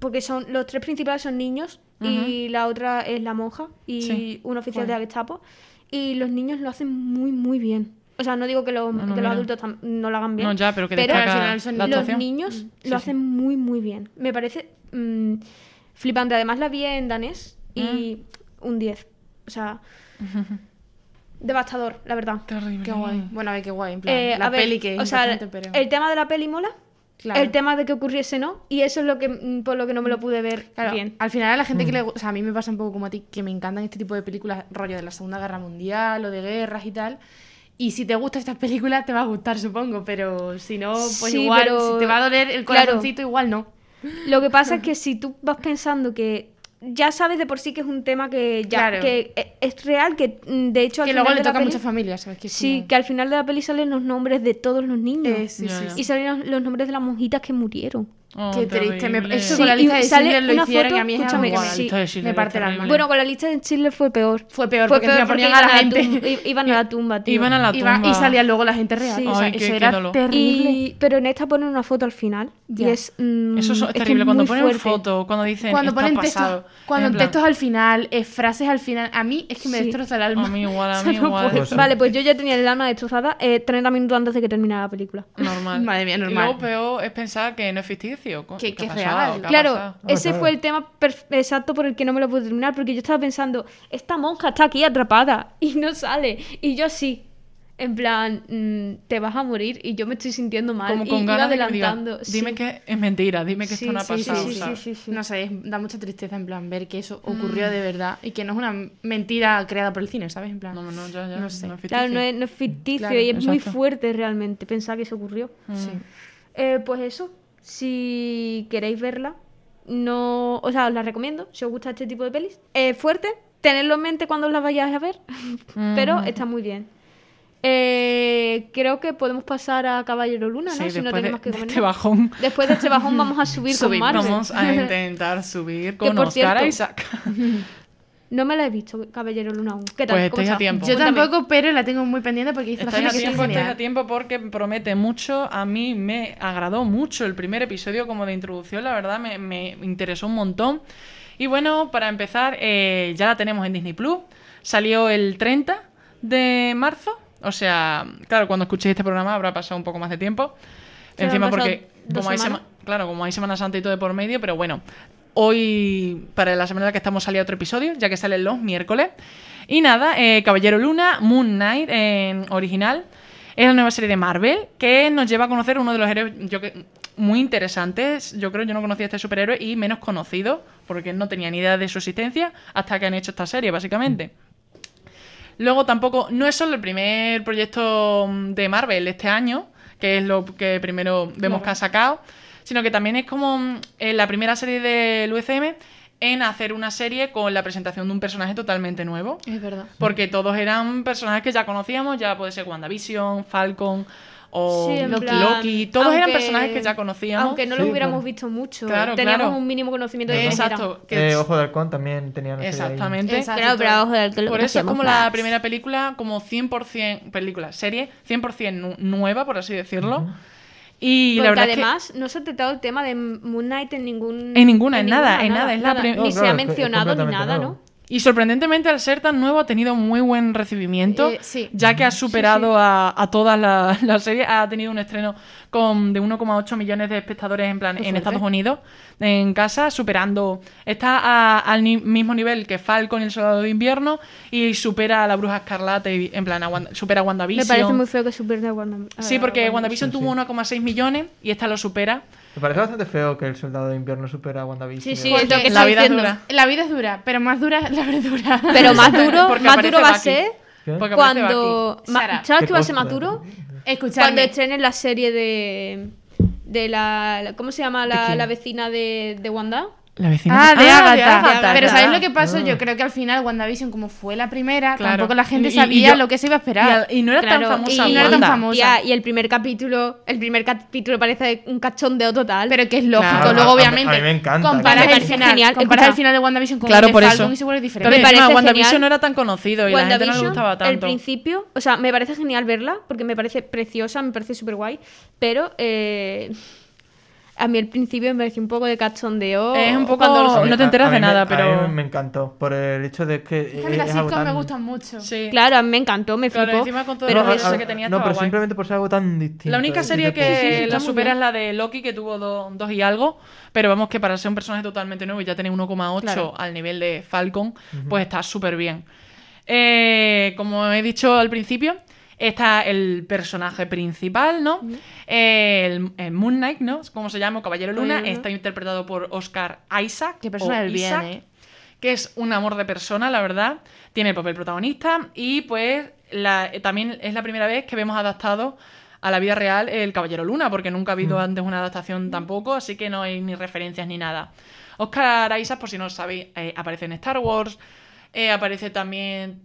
Speaker 4: Porque son los tres principales son niños y la otra es la monja y
Speaker 5: Sí,
Speaker 4: un oficial
Speaker 5: joder.
Speaker 4: de la Gestapo. Y los niños lo hacen muy, muy bien. O sea, no digo que, los-
Speaker 5: No, no,
Speaker 4: que los
Speaker 5: mira.
Speaker 4: adultos tam- no lo hagan bien.
Speaker 5: No, ya, pero que
Speaker 4: al
Speaker 5: destaca
Speaker 6: final son
Speaker 5: la
Speaker 6: los
Speaker 5: actuación.
Speaker 4: Los niños
Speaker 5: sí,
Speaker 4: lo hacen muy, muy bien. Me parece mm, flipante. Además, la vi en danés y
Speaker 5: Ah.
Speaker 4: un 10. O
Speaker 5: <laughs>
Speaker 4: sea, devastador, la verdad.
Speaker 5: Terrible.
Speaker 6: Qué guay. Bueno, a ver, qué guay. En plan,
Speaker 4: Hmm. Eh,
Speaker 6: la
Speaker 4: a ver,
Speaker 6: peli que es
Speaker 4: o sea,
Speaker 6: bastante, pero-
Speaker 4: el tema de la peli mola.
Speaker 6: Claro.
Speaker 4: El tema de que ocurriese no. Y eso es lo que mm, por lo que no me lo pude ver
Speaker 6: Claro,
Speaker 4: bien. Hmm.
Speaker 6: al final a la gente que le... gu- O sea, a mí me pasa un poco como a ti, que me encantan este tipo de películas, rollo de la Segunda Guerra Mundial o de guerras y tal. Y si te gusta estas películas, te va a gustar, supongo, pero si no, pues
Speaker 4: Sí,
Speaker 6: igual,
Speaker 4: pero-
Speaker 6: si te va a doler el
Speaker 4: Claro.
Speaker 6: corazoncito, igual no.
Speaker 4: Lo que pasa es
Speaker 6: <laughs>
Speaker 4: que si tú vas pensando que ya sabes de por sí que es un tema que ya
Speaker 6: Claro.
Speaker 4: que e- es real, que mm, de hecho al
Speaker 6: Que
Speaker 4: final
Speaker 6: luego le
Speaker 4: de la
Speaker 6: toca a
Speaker 4: peli-
Speaker 6: muchas familias, ¿sabes? Que es
Speaker 4: Sí,
Speaker 6: como-
Speaker 4: que al final de la peli salen los nombres de todos los niños.
Speaker 6: Eh, sí,
Speaker 5: Ya,
Speaker 6: sí,
Speaker 5: ya.
Speaker 6: sí.
Speaker 4: Y salen los, los nombres de las monjitas que murieron.
Speaker 5: Oh,
Speaker 6: Qué triste. Me...
Speaker 5: terrible.
Speaker 6: Eso
Speaker 4: Sí,
Speaker 6: con la
Speaker 4: y
Speaker 6: lista de
Speaker 4: sale
Speaker 6: Schindler lo
Speaker 4: una
Speaker 6: hicieron
Speaker 4: foto,
Speaker 6: y a mí es algo
Speaker 4: escúchame,
Speaker 6: que
Speaker 4: que
Speaker 6: me-
Speaker 4: sí.
Speaker 5: Sí.
Speaker 6: me parte el
Speaker 5: Terrible.
Speaker 6: alma.
Speaker 5: Vale.
Speaker 4: Bueno, con la lista de Chile fue peor.
Speaker 6: Fue peor, porque encima ponían a la gente.
Speaker 4: tum- i- iban a la tumba, tío.
Speaker 5: Iban a la
Speaker 6: Y, va-
Speaker 5: tumba.
Speaker 6: y salía luego la gente real.
Speaker 4: Sí.
Speaker 6: O sea,
Speaker 5: Ay, qué-
Speaker 6: eso
Speaker 5: qué
Speaker 6: era
Speaker 5: dolor.
Speaker 6: terrible.
Speaker 4: Y- pero en esta ponen una foto al final.
Speaker 6: Ya.
Speaker 4: Y es. mm,
Speaker 5: Eso es
Speaker 4: que
Speaker 5: terrible. cuando
Speaker 4: muy
Speaker 5: ponen
Speaker 4: fuerte.
Speaker 5: fotos, cuando dicen.
Speaker 6: cuando
Speaker 5: "Está
Speaker 6: ponen
Speaker 5: pasado",
Speaker 6: textos, cuando
Speaker 5: en plan,
Speaker 6: textos al final, eh, frases al final, a mí es que me
Speaker 4: Sí.
Speaker 6: destroza el alma.
Speaker 5: A mí igual, a
Speaker 6: <laughs> O sea,
Speaker 5: mí
Speaker 6: no
Speaker 5: igual.
Speaker 6: puedo.
Speaker 2: Pues sí.
Speaker 4: Vale, pues yo ya tenía el alma destrozada eh, 30 minutos antes de que terminara la película. <laughs>
Speaker 5: Normal.
Speaker 6: Madre mía, normal.
Speaker 5: Y luego peor es pensar que no es ficticio. co-
Speaker 6: Que-
Speaker 5: ¿qué
Speaker 6: que
Speaker 5: ha
Speaker 6: es
Speaker 5: pasado?
Speaker 6: real.
Speaker 5: ¿Qué ha
Speaker 4: Claro,
Speaker 5: pasado?
Speaker 2: Ah,
Speaker 4: ese
Speaker 2: claro.
Speaker 4: fue el tema per- exacto por el que no me lo pude terminar, porque yo estaba pensando, esta monja está aquí atrapada y no sale. Y yo sí. En plan, mm, te vas a morir y yo me estoy sintiendo mal.
Speaker 5: Como
Speaker 4: y
Speaker 5: con
Speaker 4: iba
Speaker 5: ganas de que me digan,
Speaker 4: adelantando. sí.
Speaker 5: Dime que es mentira, dime que
Speaker 4: Sí,
Speaker 5: esto no ha
Speaker 4: sí, sí,
Speaker 5: pasado.
Speaker 4: sí,
Speaker 5: ¿sabes?
Speaker 4: sí, sí.
Speaker 6: No sé, es- da mucha tristeza en plan ver que eso ocurrió de verdad y que no es una mentira creada por el cine, ¿sabes? En plan,
Speaker 5: No, no, ya, ya.
Speaker 6: No sé.
Speaker 5: es
Speaker 4: Claro, no
Speaker 5: ficticio.
Speaker 4: es, no es ficticio
Speaker 6: Claro,
Speaker 4: y es muy
Speaker 5: exacto.
Speaker 4: fuerte realmente pensar que eso ocurrió.
Speaker 6: sí.
Speaker 5: Mm.
Speaker 4: Eh, pues eso, si queréis verla, no, o sea, os la recomiendo, si os gusta este tipo de pelis. Es fuerte, tenedlo en mente cuando la vayáis a ver, <laughs> pero
Speaker 5: Mm.
Speaker 4: está muy bien. Eh, creo que podemos pasar a Caballero Luna, ¿no?
Speaker 5: Sí,
Speaker 4: si no
Speaker 5: después
Speaker 4: tenéis
Speaker 5: de-
Speaker 4: más que
Speaker 5: de
Speaker 4: comentar. <laughs>
Speaker 5: este bajón.
Speaker 4: Después de este bajón vamos a subir
Speaker 5: <laughs>
Speaker 4: con
Speaker 5: Subimos.
Speaker 4: Marvel. <laughs>
Speaker 5: Vamos a intentar subir con
Speaker 4: por
Speaker 5: Oscar
Speaker 4: cierto-
Speaker 5: Isaac.
Speaker 4: No me la he visto, Caballero Luna, aún. ¿Qué tal?
Speaker 5: Pues
Speaker 4: ¿Cómo
Speaker 5: estáis a
Speaker 4: está?
Speaker 5: tiempo.
Speaker 6: Yo
Speaker 4: Cuéntame.
Speaker 6: tampoco, pero la tengo muy pendiente porque dice la
Speaker 5: Estáis a
Speaker 6: gente que
Speaker 5: tiempo,
Speaker 6: está
Speaker 5: estáis a
Speaker 6: genial.
Speaker 5: tiempo porque promete mucho. A mí me agradó mucho el primer episodio como de introducción, la verdad me, me interesó un montón. Y bueno, para empezar, eh, ya la tenemos en Disney Plus. Salió el 30 de marzo. O sea, claro, cuando escuchéis este programa habrá pasado un poco más de tiempo.
Speaker 4: Sí,
Speaker 5: Encima
Speaker 4: han pasado
Speaker 5: porque
Speaker 4: dos
Speaker 5: como hay,
Speaker 4: semanas.
Speaker 5: sema- claro, como hay Semana Santa y todo de por medio, pero bueno, hoy para la semana en la que estamos salía otro episodio, ya que salen los miércoles. Y nada, eh, Caballero Luna, Moon Knight en original, es la nueva serie de Marvel que nos lleva a conocer uno de los héroes, yo que muy interesantes. Yo creo yo no conocía a este superhéroe y menos conocido, porque no tenía ni idea de su existencia hasta que han hecho esta serie, básicamente. Luego tampoco, no es solo el primer proyecto mm, de Marvel este año, que es lo que primero vemos que ha sacado, sino que también es como mm, en la primera serie del UCM en hacer una serie con la presentación de un personaje totalmente nuevo.
Speaker 6: Es verdad.
Speaker 5: Porque
Speaker 4: Mm.
Speaker 5: todos eran personajes que ya conocíamos, ya puede ser WandaVision, Falcon o
Speaker 4: Sí, en
Speaker 5: Oh, Loki,
Speaker 4: plan,
Speaker 5: Loki. Todos eran
Speaker 4: aunque-
Speaker 5: personajes que ya conocíamos.
Speaker 4: Aunque no
Speaker 2: Sí,
Speaker 4: los hubiéramos
Speaker 2: claro.
Speaker 4: visto mucho,
Speaker 5: Claro,
Speaker 4: teníamos
Speaker 5: claro.
Speaker 4: un mínimo conocimiento de quién era.
Speaker 5: Exacto. que-
Speaker 2: Eh, Ojo de Halcón también tenían ese ahí.
Speaker 5: exactamente.
Speaker 6: Exacto.
Speaker 4: Claro, pero ojo, del que lo
Speaker 5: Por eso es
Speaker 4: hacíamos
Speaker 5: como la
Speaker 4: más.
Speaker 5: primera película, como 100% película, serie, 100% nu- nueva, por así decirlo. Y
Speaker 4: Porque
Speaker 5: la verdad
Speaker 4: además no se ha tratado el tema de Moon Knight en ningún.
Speaker 5: En ninguna, en nada, en nada, es la prim-
Speaker 4: Ni
Speaker 2: No,
Speaker 4: se
Speaker 2: claro,
Speaker 4: ha
Speaker 2: es que- es
Speaker 4: mencionado ni
Speaker 2: completamente
Speaker 4: nada,
Speaker 2: nuevo.
Speaker 4: ¿no?
Speaker 5: es que, y sorprendentemente al ser tan nuevo ha tenido muy buen recibimiento,
Speaker 6: Eh, sí.
Speaker 5: ya que ha superado A, a todas las las series, ha tenido un estreno con de 1,8 millones de espectadores en plan en
Speaker 6: fuerte.
Speaker 5: Estados Unidos, en casa, superando, está a- al ni- mismo nivel que Falcon y el Soldado de Invierno y supera a la Bruja Escarlata y en plan a Wanda- supera a WandaVision.
Speaker 4: Me parece muy feo que supiera Wanda.
Speaker 5: Sí,
Speaker 4: a
Speaker 5: porque
Speaker 4: Wanda-
Speaker 5: WandaVision tuvo 1,6 millones y esta lo supera.
Speaker 2: Me parece bastante feo que el soldado de invierno supera a WandaVision. ¿eh?
Speaker 4: Sí, sí,
Speaker 2: ¿verdad?
Speaker 4: es lo que
Speaker 6: Porque
Speaker 5: La
Speaker 4: estoy
Speaker 5: vida es
Speaker 4: diciendo.
Speaker 5: dura.
Speaker 6: La vida es dura, pero más dura es la verdura.
Speaker 4: <laughs>
Speaker 6: <laughs>
Speaker 4: Pero más duro,
Speaker 5: <laughs> Porque
Speaker 4: más
Speaker 5: aparece
Speaker 4: duro va a
Speaker 5: Bucky.
Speaker 4: ser
Speaker 2: ¿Qué?
Speaker 5: Porque aparece
Speaker 4: cuando.
Speaker 6: Bucky.
Speaker 4: ma-
Speaker 6: Sara.
Speaker 4: ¿Sabes
Speaker 2: Qué
Speaker 4: qué va a ser
Speaker 2: cosa.
Speaker 4: más duro? Cuando
Speaker 6: Escuchadme.
Speaker 4: estrenen la serie de. De la. la- ¿Cómo se llama
Speaker 5: ¿De
Speaker 4: la,
Speaker 5: quién?
Speaker 4: la vecina de, de Wanda?
Speaker 5: La vecina.
Speaker 6: Ah, de Agatha.
Speaker 4: Agatha.
Speaker 6: Pero ¿sabéis lo que
Speaker 2: Ah.
Speaker 6: pasó? Yo creo que al final WandaVision, como fue la primera,
Speaker 5: Claro.
Speaker 6: tampoco la gente
Speaker 5: Y- y- y
Speaker 6: sabía
Speaker 5: yo-
Speaker 6: lo que se iba
Speaker 5: Y,
Speaker 6: a
Speaker 5: al-
Speaker 6: esperar.
Speaker 5: y no era
Speaker 4: Claro,
Speaker 5: tan famosa.
Speaker 4: y
Speaker 6: no era tan
Speaker 5: Wanda.
Speaker 6: famosa.
Speaker 4: Tía, y el primer capítulo. El primer capítulo parece un cachondeo total.
Speaker 6: Pero que es lógico.
Speaker 5: Claro.
Speaker 6: Luego,
Speaker 2: A mí- a mí
Speaker 6: obviamente,
Speaker 2: me encanta,
Speaker 4: claro.
Speaker 6: comparas, el
Speaker 4: Me parece
Speaker 6: final,
Speaker 4: genial.
Speaker 6: comparas
Speaker 4: Escucha.
Speaker 6: el final de Wandavision con
Speaker 5: Claro,
Speaker 6: el de
Speaker 5: por
Speaker 6: Falcon
Speaker 5: eso.
Speaker 6: y seguro es diferente.
Speaker 5: Pero
Speaker 4: Me
Speaker 5: encima
Speaker 4: parece
Speaker 5: WandaVision
Speaker 4: genial.
Speaker 5: no era tan conocido y la gente no le
Speaker 4: WandaVision,
Speaker 5: gustaba
Speaker 4: al
Speaker 5: tanto.
Speaker 4: principio, o sea, me parece genial verla, porque me parece preciosa, me parece súper guay, pero eh, a mí al principio me pareció un poco de cachondeo. Oh,
Speaker 5: Es un poco-
Speaker 4: cuando los-
Speaker 5: no te
Speaker 2: a-
Speaker 5: enteras
Speaker 2: a mí
Speaker 5: de
Speaker 2: me-
Speaker 5: nada,
Speaker 2: a mí
Speaker 5: pero-
Speaker 2: me encantó. Por el hecho de que.
Speaker 6: Es
Speaker 2: eh,
Speaker 6: que a mí las
Speaker 2: es
Speaker 6: sitcoms me
Speaker 2: agotante.
Speaker 6: gustan mucho.
Speaker 5: Sí.
Speaker 4: Claro, a mí me encantó, me
Speaker 5: Claro,
Speaker 4: flipó.
Speaker 5: encima con todo
Speaker 4: pero
Speaker 5: el
Speaker 4: eso
Speaker 5: rollo
Speaker 2: a-
Speaker 5: que tenía
Speaker 2: no,
Speaker 5: estaba
Speaker 2: pero
Speaker 5: guay.
Speaker 2: simplemente por ser algo tan distinto.
Speaker 5: La única
Speaker 2: es
Speaker 5: serie
Speaker 2: decir,
Speaker 5: que
Speaker 2: sí, sí,
Speaker 5: la
Speaker 2: sí.
Speaker 5: supera es la de Loki, que tuvo do- dos y algo, pero vemos que para ser un personaje totalmente nuevo y ya tener 1,8
Speaker 6: Claro.
Speaker 5: al nivel de Falcon, pues está súper bien. Eh, como he dicho al principio, está el personaje principal, ¿no? Eh, el, el Moon Knight, ¿no? Como se llama, Caballero Luna,
Speaker 4: Ujú.
Speaker 5: está interpretado por Oscar Isaac.
Speaker 6: Qué persona
Speaker 5: o
Speaker 6: del bien,
Speaker 5: Oh, Isaac,
Speaker 6: ¿eh?
Speaker 5: que es un amor de persona, la verdad. Tiene el papel protagonista y pues la- también es la primera vez que vemos adaptado a la vida real el Caballero Luna, porque nunca ha habido antes una adaptación tampoco, así que no hay ni referencias ni nada. Oscar Isaac, por si no lo sabéis, eh, aparece en Star Wars, eh, aparece también...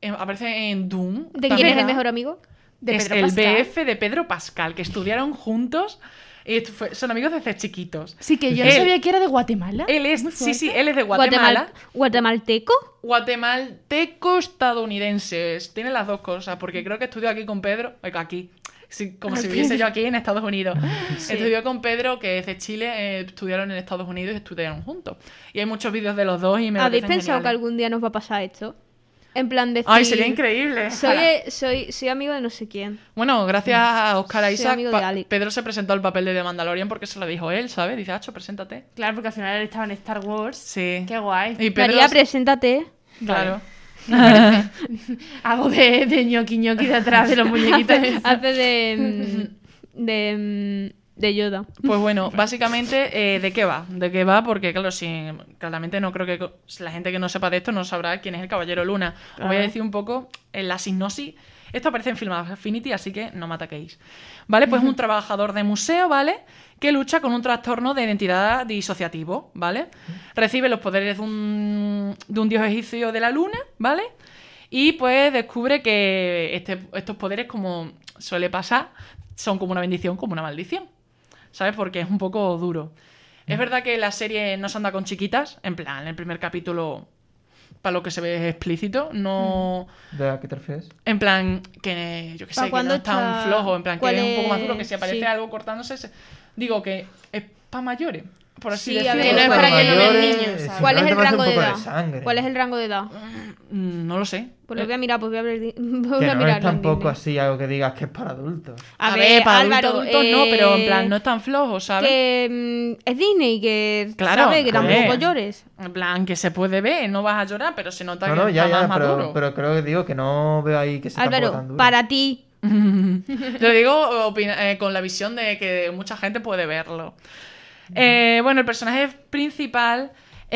Speaker 5: eh, aparece en Doom.
Speaker 4: ¿De quién
Speaker 5: también.
Speaker 4: es el mejor amigo?
Speaker 6: De
Speaker 5: es
Speaker 6: Pedro
Speaker 5: el
Speaker 6: Pascal.
Speaker 5: BF de Pedro Pascal, que estudiaron juntos y estu- fue- son amigos desde chiquitos.
Speaker 6: Sí, que yo no
Speaker 5: Él-
Speaker 6: sabía que era de Guatemala.
Speaker 5: Él es,
Speaker 6: Ah, Muy
Speaker 5: sí, sí,
Speaker 6: fuerte.
Speaker 5: él es de Guatemala.
Speaker 4: Guatemal- ¿Guatemalteco?
Speaker 5: guatemalteco estadounidenses. Tiene las dos cosas, porque creo que estudió aquí con Pedro, oiga, aquí, sí, como si viviese yo aquí en Estados Unidos.
Speaker 4: <laughs>
Speaker 5: Estudió con Pedro, que es de Chile, eh, estudiaron en Estados Unidos y estudiaron juntos. Y hay muchos vídeos de los dos y me
Speaker 4: ¿Habéis
Speaker 5: parecen
Speaker 4: pensado que
Speaker 5: geniales.
Speaker 4: algún día nos va a pasar esto? En plan de
Speaker 5: Ay, sería increíble.
Speaker 4: Soy, eh, soy, soy amigo de no sé quién.
Speaker 5: Bueno, gracias a Oscar
Speaker 4: Soy
Speaker 5: Isaac,
Speaker 4: amigo
Speaker 5: pa-
Speaker 4: de Alex.
Speaker 5: Pedro se presentó al papel de The Mandalorian porque se lo dijo él, ¿sabes? Dice, Acho, preséntate.
Speaker 6: Claro, porque al final él estaba en Star Wars.
Speaker 5: Sí.
Speaker 6: Qué guay.
Speaker 5: Y Pedro,
Speaker 4: María, preséntate.
Speaker 5: <laughs> claro.
Speaker 6: Hago de, de ñoqui ñoqui de atrás de los muñequitos.
Speaker 4: Hace, hace de, mm, de, mm, de Yoda.
Speaker 5: Pues bueno, básicamente, eh, ¿de qué va? ¿De qué va? Porque, claro, si, claramente no creo que co- la gente que no sepa de esto no sabrá quién es el Caballero Luna. Os voy a decir un poco en la sinopsis. Esto aparece en Film Affinity, así que no me ataquéis. ¿Vale? Pues un trabajador de museo, ¿vale? Que lucha con un trastorno de identidad disociativo, ¿vale? Recibe los poderes de un, de un dios egipcio de la luna, ¿vale? Y pues descubre que este- estos poderes, como suele pasar, son como una bendición, como una maldición. ¿sabes? Porque es un poco duro.
Speaker 4: Mm.
Speaker 5: Es verdad que la serie no se anda con chiquitas, en plan, el primer capítulo, para lo que se ve es explícito, no...
Speaker 2: ¿De a qué te refieres?
Speaker 5: En plan, que yo qué
Speaker 4: Mm. ¿Pa
Speaker 5: sé, que
Speaker 4: cuándo
Speaker 5: no es tan
Speaker 4: está-
Speaker 5: flojo, en plan, que
Speaker 4: cuál
Speaker 5: es un poco más duro, que
Speaker 4: es?
Speaker 5: si aparece
Speaker 4: Sí.
Speaker 5: algo cortándose, se- digo que es para mayores, por así
Speaker 4: Sí, a
Speaker 5: decirlo.
Speaker 4: ver, Que no es para que lo vean
Speaker 2: mayores, eh,
Speaker 6: niños, ¿sabes?
Speaker 4: ¿Cuál es el
Speaker 2: simplemente
Speaker 4: rango
Speaker 2: parece
Speaker 4: de
Speaker 2: un poco
Speaker 4: edad?
Speaker 2: sangre.
Speaker 4: ¿Cuál es el rango de edad?
Speaker 5: Mm, No lo sé.
Speaker 4: Pues lo
Speaker 5: Eh,
Speaker 4: voy a mirar, pues voy a, ver- <laughs> voy
Speaker 2: Que
Speaker 4: a
Speaker 2: no
Speaker 4: mirar.
Speaker 2: es tampoco así algo que digas que es para adultos.
Speaker 5: A, ver, para adultos, adultos no, pero en plan, no es tan flojo, ¿sabes?
Speaker 4: eh, Que mm, es Disney, que
Speaker 5: Claro,
Speaker 4: sabe que
Speaker 5: a ver.
Speaker 4: tampoco llores.
Speaker 5: En plan, que se puede ver, no vas a llorar, pero se nota
Speaker 2: No,
Speaker 5: que
Speaker 2: no, ya,
Speaker 5: está
Speaker 2: ya,
Speaker 5: más
Speaker 2: pero,
Speaker 5: maduro.
Speaker 2: pero creo que digo que no veo ahí que sea tampoco tan
Speaker 4: Álvaro,
Speaker 2: duro.
Speaker 4: para ti,
Speaker 5: <laughs> Lo digo opina- eh, con la visión de que mucha gente puede verlo. Eh, bueno, el personaje principal,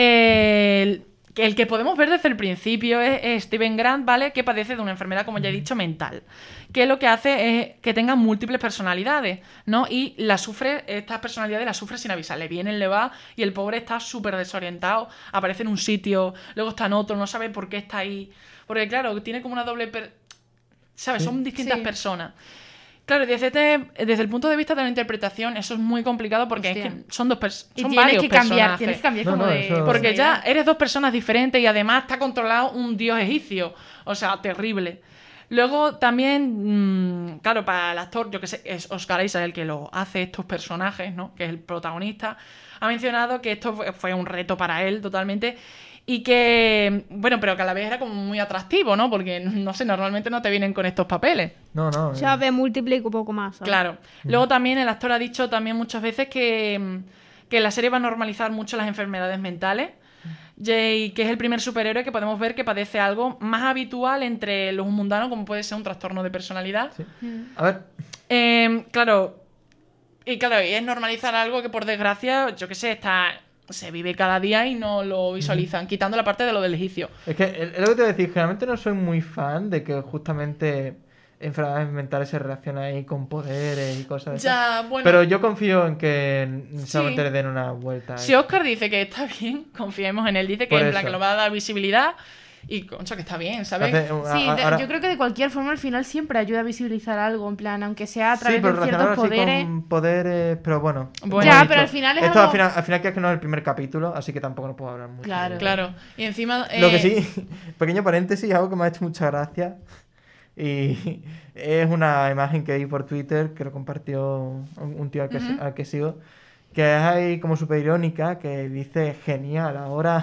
Speaker 5: eh, el, que- el que podemos ver desde el principio, es, es Steven Grant, ¿vale? Que padece de una enfermedad, como ya he dicho, mental. Que lo que hace es que tenga múltiples personalidades, ¿no? Y la sufre, estas personalidades las sufre sin avisar. Le vienen, le va, y el pobre está súper desorientado. Aparece en un sitio, luego está en otro, no sabe por qué está ahí. Porque, claro, tiene como una doble. per- ¿Sabes? Son distintas
Speaker 6: Sí.
Speaker 5: personas. Claro, desde, este- desde el punto de vista de la interpretación, eso es muy complicado porque es
Speaker 6: Hostia.
Speaker 5: que son dos pers-
Speaker 6: Y
Speaker 5: son
Speaker 6: tienes
Speaker 5: varios
Speaker 6: que cambiar,
Speaker 5: personajes.
Speaker 6: tienes que cambiar
Speaker 2: No,
Speaker 6: como
Speaker 2: no,
Speaker 6: de.
Speaker 2: eso-
Speaker 5: Porque ya eres dos personas diferentes y además está controlado un dios egipcio. O sea, terrible. Luego también, mm, claro, para el actor, yo que sé, es Oscar Isaac el que lo hace estos personajes, ¿no? Que es el protagonista. Ha mencionado que esto fue- fue un reto para él totalmente. Y que, bueno, pero que a la vez era como muy atractivo, ¿no? Porque, no sé, normalmente no te vienen con estos papeles.
Speaker 2: No, no.
Speaker 4: O
Speaker 2: eh,
Speaker 4: sea, ve múltiple y un poco más. ¿sabes?
Speaker 5: Claro. Luego también el actor ha dicho también muchas veces que, mm, que la serie va a normalizar mucho las enfermedades mentales. Jay, que es el primer superhéroe que podemos ver que padece algo más habitual entre los mundanos, como puede ser un trastorno de personalidad.
Speaker 2: sí.
Speaker 5: Mm.
Speaker 2: A ver, Em,
Speaker 5: Eh, claro. Y claro, y es normalizar algo que por desgracia, yo qué sé, está. Se vive cada día y no lo visualizan, quitando la parte de lo del egipcio.
Speaker 2: es que es lo que te voy a decir, generalmente no soy muy fan de que justamente enfermedades mentales se relacionan ahí con poderes y cosas de esas.
Speaker 5: Ya, bueno.
Speaker 2: Pero yo confío en que
Speaker 5: Sí.
Speaker 2: solamente le den una vuelta.
Speaker 5: Si Oscar dice que está bien, <laughs> confiemos en él. Dice que
Speaker 2: Por
Speaker 5: en plan
Speaker 2: eso.
Speaker 5: que lo va a dar visibilidad y concho que está bien, ¿sabes?
Speaker 2: Hace- a-
Speaker 6: Sí, de-
Speaker 2: ahora-
Speaker 6: yo creo que de cualquier forma al final siempre ayuda a visibilizar algo, en plan, aunque sea a
Speaker 2: Sí,
Speaker 6: través
Speaker 2: pero
Speaker 6: de ciertos
Speaker 2: relacionarlo así
Speaker 6: poderes.
Speaker 2: con poderes, pero bueno.
Speaker 5: Bueno.
Speaker 2: como
Speaker 5: Ya,
Speaker 2: he
Speaker 6: pero al final es
Speaker 2: Esto al
Speaker 6: algo-
Speaker 2: final, al final creo que no es el primer capítulo, así que tampoco no puedo hablar mucho.
Speaker 6: Claro.
Speaker 2: de-
Speaker 5: Claro. Y encima.
Speaker 2: Lo
Speaker 5: eh,
Speaker 2: que sí, <laughs> pequeño paréntesis, algo que me ha hecho mucha gracia. Y <laughs> es una imagen que vi por Twitter que lo compartió un- un tío al que,
Speaker 5: Ujú.
Speaker 2: al que sigo. Que es ahí como súper irónica, que dice genial. Ahora,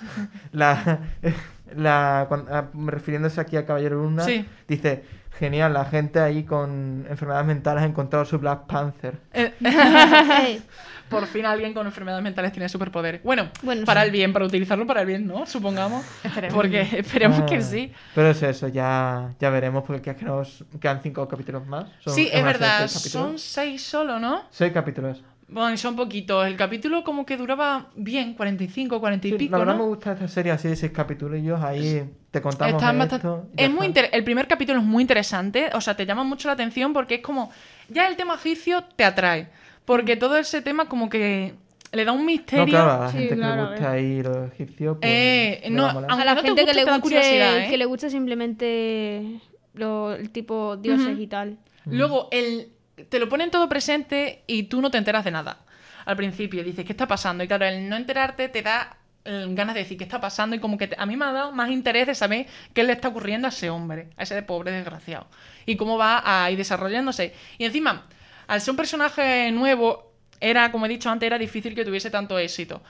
Speaker 2: <laughs> la, <laughs> la, cuan- a- refiriéndose aquí a Caballero Luna,
Speaker 5: Sí.
Speaker 2: dice genial. La gente ahí con enfermedades mentales ha encontrado su Black Panther.
Speaker 5: eh,
Speaker 4: <laughs>
Speaker 5: <laughs>
Speaker 4: Eh,
Speaker 5: por fin alguien con enfermedades mentales tiene superpoderes. Bueno,
Speaker 2: <laughs>
Speaker 4: Bueno,
Speaker 5: para
Speaker 4: sí.
Speaker 5: el bien, para utilizarlo para el bien, ¿no? Supongamos.
Speaker 6: Esperemos.
Speaker 5: Porque <laughs> esperemos
Speaker 2: Ah,
Speaker 5: que sí.
Speaker 2: Pero es eso, ya, ya veremos, porque es que nos quedan cinco capítulos más. Son-
Speaker 5: sí, es
Speaker 2: una serie
Speaker 5: verdad.
Speaker 2: de seis
Speaker 5: Son
Speaker 2: capítulos.
Speaker 5: seis solo, ¿no?
Speaker 2: Seis capítulos.
Speaker 5: Bueno, y son poquitos. El capítulo como que duraba bien, 45, 40 y
Speaker 2: Sí,
Speaker 5: pico,
Speaker 2: la verdad
Speaker 5: ¿no?
Speaker 2: me gusta esta serie así de seis capítulos. Ahí te contamos
Speaker 5: Están
Speaker 2: esto,
Speaker 5: bastante-
Speaker 2: y ya
Speaker 5: Es muy
Speaker 2: está.
Speaker 5: inter- El primer capítulo es muy interesante, o sea, te llama mucho la atención porque es como. Ya el tema egipcio te atrae. Porque todo ese tema, como que le da un misterio.
Speaker 2: No, claro, a la
Speaker 4: Sí,
Speaker 2: gente que
Speaker 4: claro,
Speaker 2: le gusta ahí los egipcios. Pues,
Speaker 5: Eh,
Speaker 2: le
Speaker 5: no,
Speaker 2: va a molar.
Speaker 5: aunque-
Speaker 4: a la
Speaker 5: no te
Speaker 4: gente
Speaker 5: guste,
Speaker 4: que, le
Speaker 5: te da
Speaker 4: guste,
Speaker 5: curiosidad, ¿eh?
Speaker 4: que le guste simplemente lo- el tipo dioses y tal.
Speaker 5: Luego, el, te lo ponen todo presente y tú no te enteras de nada. Al principio dices, ¿qué está pasando? Y claro, el no enterarte te da eh, ganas de decir qué está pasando y como que te- a mí me ha dado más interés de saber qué le está ocurriendo a ese hombre, a ese pobre desgraciado, y cómo va a ir desarrollándose. Y encima, al ser un personaje nuevo, era, como he dicho antes, era difícil que tuviese tanto éxito.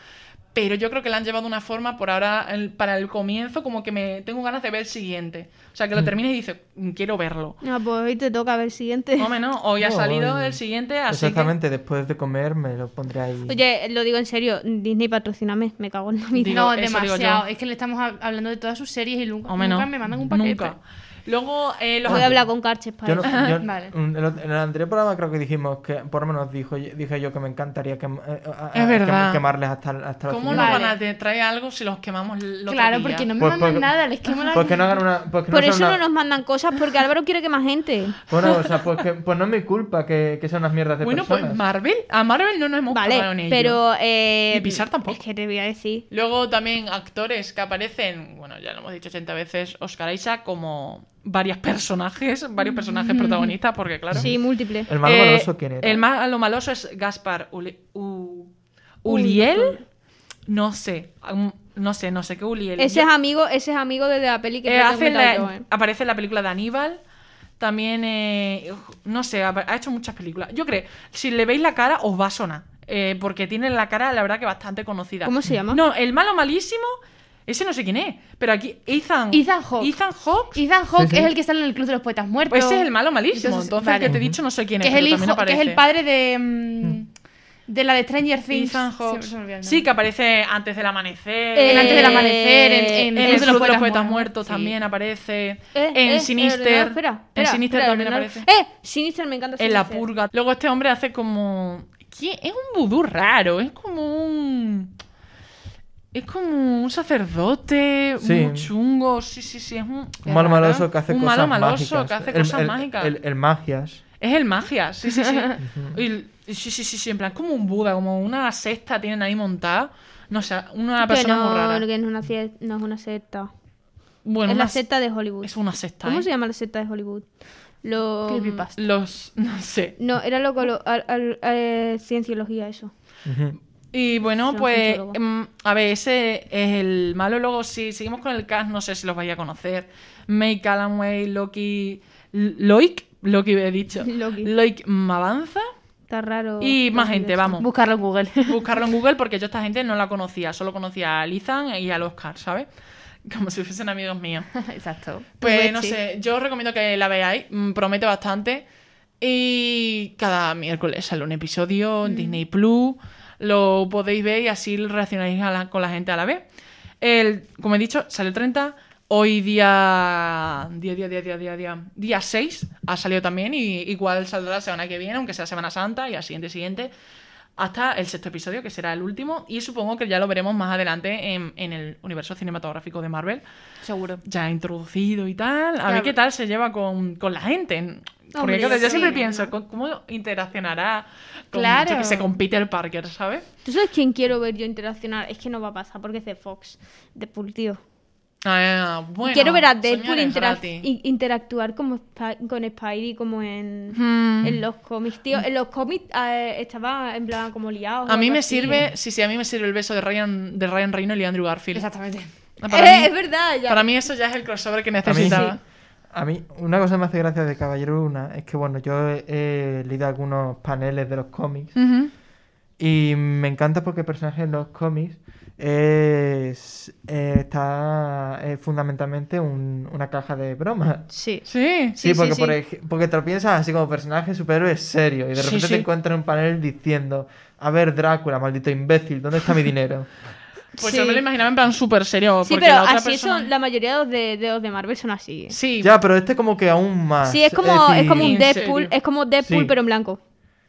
Speaker 5: Pero yo creo que la han llevado de una forma por ahora, el- para el comienzo, como que me tengo ganas de ver el siguiente. O sea, que lo termines y dices, "Mm, quiero verlo.
Speaker 4: No, pues hoy te toca ver el siguiente.
Speaker 5: Hombre, no, hoy ha
Speaker 2: No,
Speaker 5: salido
Speaker 2: hoy-
Speaker 5: el siguiente, así que- Pues
Speaker 2: Exactamente, después de comer me lo pondré ahí.
Speaker 4: Oye, lo digo en serio, Disney patrocíname, me cago en la vida.
Speaker 5: Digo,
Speaker 6: no,
Speaker 5: eso digo
Speaker 6: demasiado.
Speaker 5: yo.
Speaker 6: Es que le estamos hab- hablando de todas sus series y nunca,
Speaker 5: Hombre, no,
Speaker 6: nunca me mandan un paquete.
Speaker 5: Nunca. Luego, eh, los
Speaker 4: Voy a hablar con Carches para
Speaker 2: Yo no-
Speaker 4: eso.
Speaker 5: <laughs>
Speaker 2: yo-
Speaker 6: Vale.
Speaker 2: un- el ot- En el anterior programa creo que dijimos que, por lo menos dijo, dije yo que me encantaría eh, que,
Speaker 5: Es verdad.
Speaker 2: quemarles hasta, el- hasta la
Speaker 5: ¿Cómo
Speaker 2: final.
Speaker 5: nos
Speaker 6: Vale.
Speaker 5: van a te- traer algo si los quemamos el otro
Speaker 6: Claro,
Speaker 5: día?
Speaker 6: porque no me
Speaker 2: Pues-
Speaker 6: mandan
Speaker 2: porque-
Speaker 6: nada, les quemo la
Speaker 2: Pues que no hagan una. Pues que
Speaker 4: Por
Speaker 2: no sea
Speaker 4: eso no
Speaker 2: una-
Speaker 4: nos mandan cosas, porque Álvaro quiere que más
Speaker 5: <laughs>
Speaker 4: gente.
Speaker 2: <laughs> Bueno, o sea, pues, que- pues no es mi culpa que, que sean unas mierdas de
Speaker 5: Bueno, pues
Speaker 2: personas.
Speaker 5: Marvel, a Marvel no nos hemos cagado en
Speaker 4: Vale,
Speaker 5: ello.
Speaker 4: pero... Eh,
Speaker 5: Y Pixar tampoco.
Speaker 4: Es que te voy a decir.
Speaker 5: Luego también actores que aparecen, bueno, ya lo hemos dicho 80 veces, Oscar Isaac como varios personajes, varios
Speaker 6: Mm.
Speaker 5: personajes protagonistas, porque claro...
Speaker 4: Sí, múltiple.
Speaker 2: El malo
Speaker 5: Eh,
Speaker 2: goloso, ¿quién era?
Speaker 5: El malo maloso es Gaspar Uli- U- Uliel. No sé, um, no sé, no sé qué Uliel.
Speaker 4: Ese
Speaker 5: Yo-
Speaker 4: es amigo, ese es amigo de la peli que
Speaker 5: Eh,
Speaker 4: te he
Speaker 5: hace en la-
Speaker 4: comentado yo, eh.
Speaker 5: Aparece en la película de Aníbal. También, eh, uj, no sé, ha, ha hecho muchas películas. Yo creo, si le veis la cara, os va a sonar. eh, porque tiene la cara, la verdad, que bastante conocida.
Speaker 4: ¿Cómo se llama?
Speaker 5: No, el malo malísimo, ese no sé quién es. Pero aquí, Ethan.
Speaker 6: Ethan Hawke.
Speaker 5: Ethan Hawke,
Speaker 6: Ethan Hawke
Speaker 2: Sí, sí.
Speaker 6: es el que sale en el Club de los Poetas Muertos.
Speaker 5: pues ese es el malo malísimo. Entonces,
Speaker 6: vale.
Speaker 5: el que te he dicho, no sé quién
Speaker 6: que
Speaker 5: es.
Speaker 6: es el
Speaker 5: pero también
Speaker 6: hijo, que es
Speaker 5: aparece.
Speaker 2: Hmm.
Speaker 6: el padre de. mm, De la de Stranger Things.
Speaker 5: Ethan Hawke.
Speaker 6: Siempre se me olvida el nombre.
Speaker 5: Sí, que aparece antes del amanecer.
Speaker 4: Eh,
Speaker 6: En Antes del amanecer, en, en,
Speaker 5: En
Speaker 6: Club
Speaker 5: el Club de los Poetas
Speaker 6: Mu-
Speaker 5: Muertos
Speaker 6: sí.
Speaker 5: también aparece.
Speaker 4: Eh,
Speaker 5: en
Speaker 4: eh,
Speaker 5: Sinister.
Speaker 4: eh, no, espera,
Speaker 5: en
Speaker 4: espera,
Speaker 5: Sinister
Speaker 4: espera, no,
Speaker 5: también
Speaker 4: no.
Speaker 5: aparece.
Speaker 4: ¡Eh! Sinister, me encanta
Speaker 5: en La
Speaker 4: Sinister.
Speaker 5: Purga. Luego este hombre hace como... ¿Qué? Es un vudú raro. Es como un... Es como un sacerdote,
Speaker 2: Sí.
Speaker 5: muy chungo. Sí, sí, sí. Es un...
Speaker 2: Un malo
Speaker 5: es raro.
Speaker 2: maloso que hace
Speaker 5: Un
Speaker 2: cosas
Speaker 5: malo maloso
Speaker 2: mágicas.
Speaker 5: que hace
Speaker 2: El-
Speaker 5: cosas
Speaker 2: el-
Speaker 5: mágicas.
Speaker 2: El, el magias.
Speaker 5: Es el magia, sí,
Speaker 2: <laughs>
Speaker 5: sí, sí. Y- y sí, sí, sí, sí, en plan, como un Buda, como una cesta tienen ahí montada. No sé, una
Speaker 4: Que
Speaker 5: persona
Speaker 4: no,
Speaker 5: muy rara.
Speaker 4: que no es una, cie- no es una secta.
Speaker 5: Bueno,
Speaker 4: es la
Speaker 5: una ce-
Speaker 4: secta de Hollywood.
Speaker 5: es una cesta.
Speaker 4: ¿Cómo
Speaker 5: ¿eh?
Speaker 4: se llama la secta de Hollywood? Lo...
Speaker 6: Creepypasta.
Speaker 5: Los, no sé.
Speaker 4: No, era lo que lo- al- al- eh, cienciología, eso.
Speaker 2: Ujú.
Speaker 5: Y bueno,
Speaker 4: Son
Speaker 5: pues,
Speaker 4: cientólogos.
Speaker 5: em, a ver, ese es el malo. Luego, si seguimos con el cast, no sé si los vais a conocer. May Calloway, Loki, L- Loic, Loki he dicho.
Speaker 4: Loki. Oh, pues
Speaker 5: Loic Mavanza
Speaker 4: Está raro.
Speaker 5: y más
Speaker 4: decir
Speaker 5: gente,
Speaker 4: eso.
Speaker 5: vamos.
Speaker 6: Buscarlo en Google.
Speaker 5: buscarlo en Google porque yo esta gente no la conocía, solo conocía a Lizan y al Oscar, ¿sabes? Como si fuesen amigos míos.
Speaker 6: <laughs> Exacto.
Speaker 5: Pues
Speaker 6: Pues
Speaker 5: no
Speaker 6: sí.
Speaker 5: sé, yo os recomiendo que la veáis, mm, promete bastante. Y cada miércoles sale un episodio en
Speaker 6: Mm.
Speaker 5: Disney Plus, lo podéis ver y así reaccionáis a la- con la gente a la vez. El, como he dicho, sale el 30. Hoy día, día, día, día, día, día, día, día 6 ha salido también y igual saldrá la semana que viene, aunque sea Semana Santa y al siguiente, siguiente, hasta el sexto episodio, que será el último, y supongo que ya lo veremos más adelante en, en el universo cinematográfico de Marvel
Speaker 6: Seguro.
Speaker 5: ya introducido y tal. A ver
Speaker 6: Claro.
Speaker 5: qué tal se lleva con, con la gente. Porque
Speaker 4: Hombre,
Speaker 5: claro, yo
Speaker 4: sí,
Speaker 5: siempre
Speaker 4: ¿no?
Speaker 5: pienso, ¿cómo- ¿cómo interaccionará con,
Speaker 6: Claro.
Speaker 5: yo qué sé, con Peter Parker, ¿sabes?
Speaker 4: ¿Tú sabes quién quiero ver yo interaccionar? Es que no va a pasar porque es de Fox. Deadpool, tío.
Speaker 5: Ah, bueno,
Speaker 4: quiero ver a Deadpool
Speaker 5: señores,
Speaker 4: interac-
Speaker 5: gratis.
Speaker 4: in- interactuar como Spi- con Spidey como en,
Speaker 5: Hmm.
Speaker 4: en los cómics, tío. En los cómics eh, estaba en plan como liado.
Speaker 5: A mí me
Speaker 4: Eh,
Speaker 5: sirve, sí, sí, a mí me sirve el beso de Ryan, de Ryan Reynolds y Andrew Garfield. Ah,
Speaker 6: Exactamente.
Speaker 5: Para, mí,
Speaker 4: Eh, es verdad, ya.
Speaker 5: para mí eso ya es el crossover que
Speaker 2: A mí,
Speaker 5: necesitaba.
Speaker 2: a mí, una cosa que me hace gracia de Caballero Luna es que, bueno, yo he, he leído algunos paneles de los cómics
Speaker 5: Ujú.
Speaker 2: y me encanta porque el personaje en los cómics es, eh, está es fundamentalmente un- una caja de bromas.
Speaker 4: Sí.
Speaker 5: Sí.
Speaker 2: Sí,
Speaker 4: Sí,
Speaker 2: porque,
Speaker 4: sí,
Speaker 2: por
Speaker 4: sí.
Speaker 2: ej- porque te lo piensas así como personaje superhéroe serio y de
Speaker 5: Sí,
Speaker 2: repente
Speaker 5: sí.
Speaker 2: te encuentras en un panel diciendo, a ver Drácula, maldito imbécil, ¿dónde está mi dinero?
Speaker 5: Pues
Speaker 4: Sí.
Speaker 5: yo me lo imaginaba en plan súper serio.
Speaker 4: Sí,
Speaker 5: porque
Speaker 4: pero
Speaker 5: la otra
Speaker 4: así
Speaker 5: persona-
Speaker 4: son, la mayoría de los de, de los de Marvel son así. ¿eh?
Speaker 5: Sí,
Speaker 2: ya, pero este como que aún más.
Speaker 4: Sí, es como, es
Speaker 2: decir,
Speaker 4: como un
Speaker 5: ¿En serio?
Speaker 4: Deadpool, es como Deadpool
Speaker 2: Sí.
Speaker 4: pero en blanco.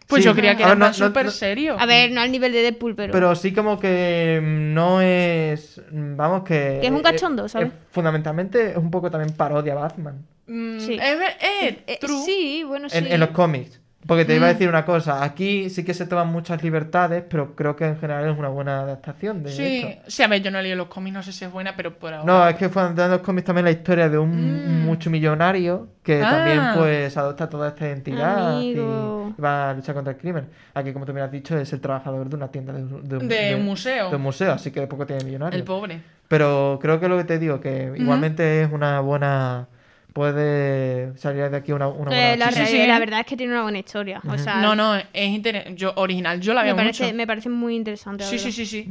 Speaker 5: pues
Speaker 2: sí.
Speaker 5: yo creía que
Speaker 2: A ver,
Speaker 5: era en
Speaker 2: no-
Speaker 5: plan
Speaker 2: no-
Speaker 5: súper
Speaker 2: no-
Speaker 5: serio.
Speaker 4: A ver, no al nivel de Deadpool, pero...
Speaker 2: Pero sí como que mm, no es... mm, Vamos, que...
Speaker 4: Que es un
Speaker 2: eh,
Speaker 4: cachondo,
Speaker 2: eh,
Speaker 4: ¿sabes?
Speaker 2: fundamentalmente es un poco también parodia a Batman.
Speaker 5: Mm,
Speaker 4: Sí.
Speaker 5: es ver- eh,
Speaker 4: Eh,
Speaker 5: true.
Speaker 4: sí, bueno, sí. Mm.
Speaker 2: En, en los cómics. Porque te iba a decir una cosa, aquí sí que se toman muchas libertades, pero creo que en general es una buena adaptación de hecho.
Speaker 5: Sí, sí, a ver, yo no he leído los cómics, no sé si es buena, pero por ahora.
Speaker 2: No, es que fue en los cómics también la historia de un
Speaker 5: Mm.
Speaker 2: multimillonario que
Speaker 5: Ah.
Speaker 2: también pues adopta toda esta identidad y-
Speaker 4: Amigo.
Speaker 2: y va a luchar contra el crimen. Aquí, como tú me has dicho, es el trabajador de una tienda de, un- de un-
Speaker 5: De
Speaker 2: de-
Speaker 5: museo.
Speaker 2: de un museo, así que de poco tiene millonario.
Speaker 5: el pobre.
Speaker 2: Pero creo que lo que te digo, que igualmente es una buena... Puede salir de aquí una, una buena...
Speaker 4: Eh, la,
Speaker 5: Sí, sí,
Speaker 4: realidad-
Speaker 5: sí.
Speaker 4: la verdad es que tiene una buena historia. O sea,
Speaker 5: No, no, es inter- yo original, yo la
Speaker 4: Ah. me
Speaker 5: veo
Speaker 4: parece,
Speaker 5: mucho.
Speaker 4: me parece muy interesante. la
Speaker 5: Sí, sí,
Speaker 4: verdad.
Speaker 5: sí, sí.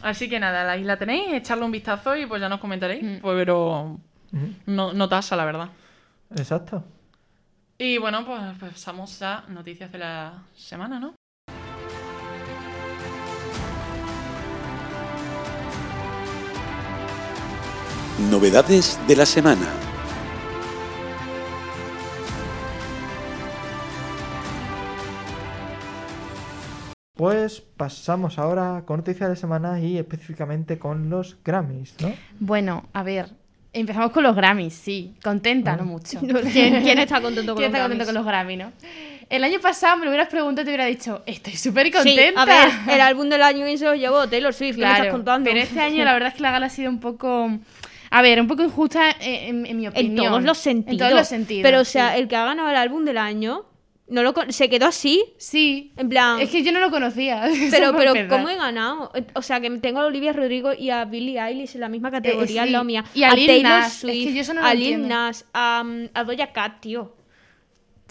Speaker 5: Así que nada, la isla tenéis, echarle un vistazo y pues ya nos comentaréis.
Speaker 4: Mm.
Speaker 5: Pues, pero
Speaker 2: Ujú,
Speaker 5: no, no tasa, la verdad.
Speaker 2: Exacto.
Speaker 5: Y bueno, pues pasamos a noticias de la semana, ¿no?
Speaker 3: Novedades de la semana.
Speaker 2: Pues pasamos ahora con noticias de semana y específicamente con los Grammys, ¿no?
Speaker 6: Bueno, a ver. Empezamos con los Grammys, sí. Contenta, no mucho.
Speaker 4: Mm. <laughs> ¿Quién, quién
Speaker 6: <laughs>
Speaker 4: está contento con
Speaker 6: ¿Quién
Speaker 4: los
Speaker 6: está contento
Speaker 4: Grammys?
Speaker 6: con los Grammy, no? El año pasado me lo hubieras preguntado y te hubiera dicho, estoy súper
Speaker 4: Sí,
Speaker 6: contenta.
Speaker 4: a ver, el álbum del año que se lo llevó Taylor Swift, ¿qué me estás
Speaker 6: claro,
Speaker 4: contando?
Speaker 6: pero este año la verdad es que la gala ha sido un poco, a ver, un poco injusta eh, en, en mi
Speaker 4: <laughs> En
Speaker 6: opinión.
Speaker 4: todos los sentidos.
Speaker 6: En todos los sentidos.
Speaker 4: Pero, o sea,
Speaker 6: sí.
Speaker 4: el que ha ganado el álbum del año no lo con- se quedó así,
Speaker 6: Sí,
Speaker 4: en plan...
Speaker 6: es que <laughs> yo no lo conocía.
Speaker 4: Ah. pero, pero ¿cómo he
Speaker 6: es
Speaker 4: ganado? Eh, O sea, que tengo a Olivia Rodrigo y a Billie Eilish en la misma categoría,
Speaker 6: Eh, sí.
Speaker 4: la mía.
Speaker 6: Y a Lil
Speaker 4: Taylor
Speaker 6: Nas, es que
Speaker 4: Swift,
Speaker 6: yo eso no lo
Speaker 4: a Lil
Speaker 6: entiendo.
Speaker 4: Nas, a, mm, a Doja Cat, tío.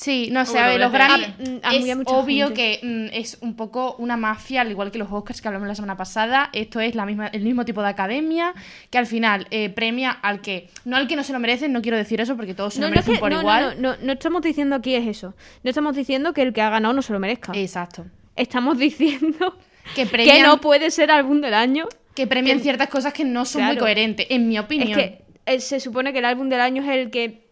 Speaker 6: Sí, no sé,
Speaker 5: Bueno,
Speaker 6: a ver, los
Speaker 5: vete.
Speaker 6: Grammy
Speaker 4: Mm, a mí
Speaker 6: Ah, es
Speaker 4: hay mucha
Speaker 6: obvio
Speaker 4: gente.
Speaker 6: que mm, es un poco una mafia, al igual que los Oscars que hablamos la semana pasada. Esto es la misma, el mismo tipo de academia que al final eh, premia al que, no al que no se lo merecen, no quiero decir eso porque todos se lo
Speaker 4: no, es
Speaker 6: merecen
Speaker 4: que-
Speaker 6: por
Speaker 4: no, no,
Speaker 6: igual.
Speaker 4: no, no, no estamos diciendo aquí es eso. No estamos diciendo que el que ha ganado no se lo merezca.
Speaker 6: Exacto.
Speaker 4: estamos <laughs> diciendo
Speaker 6: Que premian,
Speaker 4: que no puede ser álbum del año.
Speaker 6: que premian
Speaker 4: que-
Speaker 6: ciertas cosas que no son muy
Speaker 4: Claro.
Speaker 6: coherentes, en mi
Speaker 4: Es
Speaker 6: opinión.
Speaker 4: que eh, se supone que el álbum del año es el que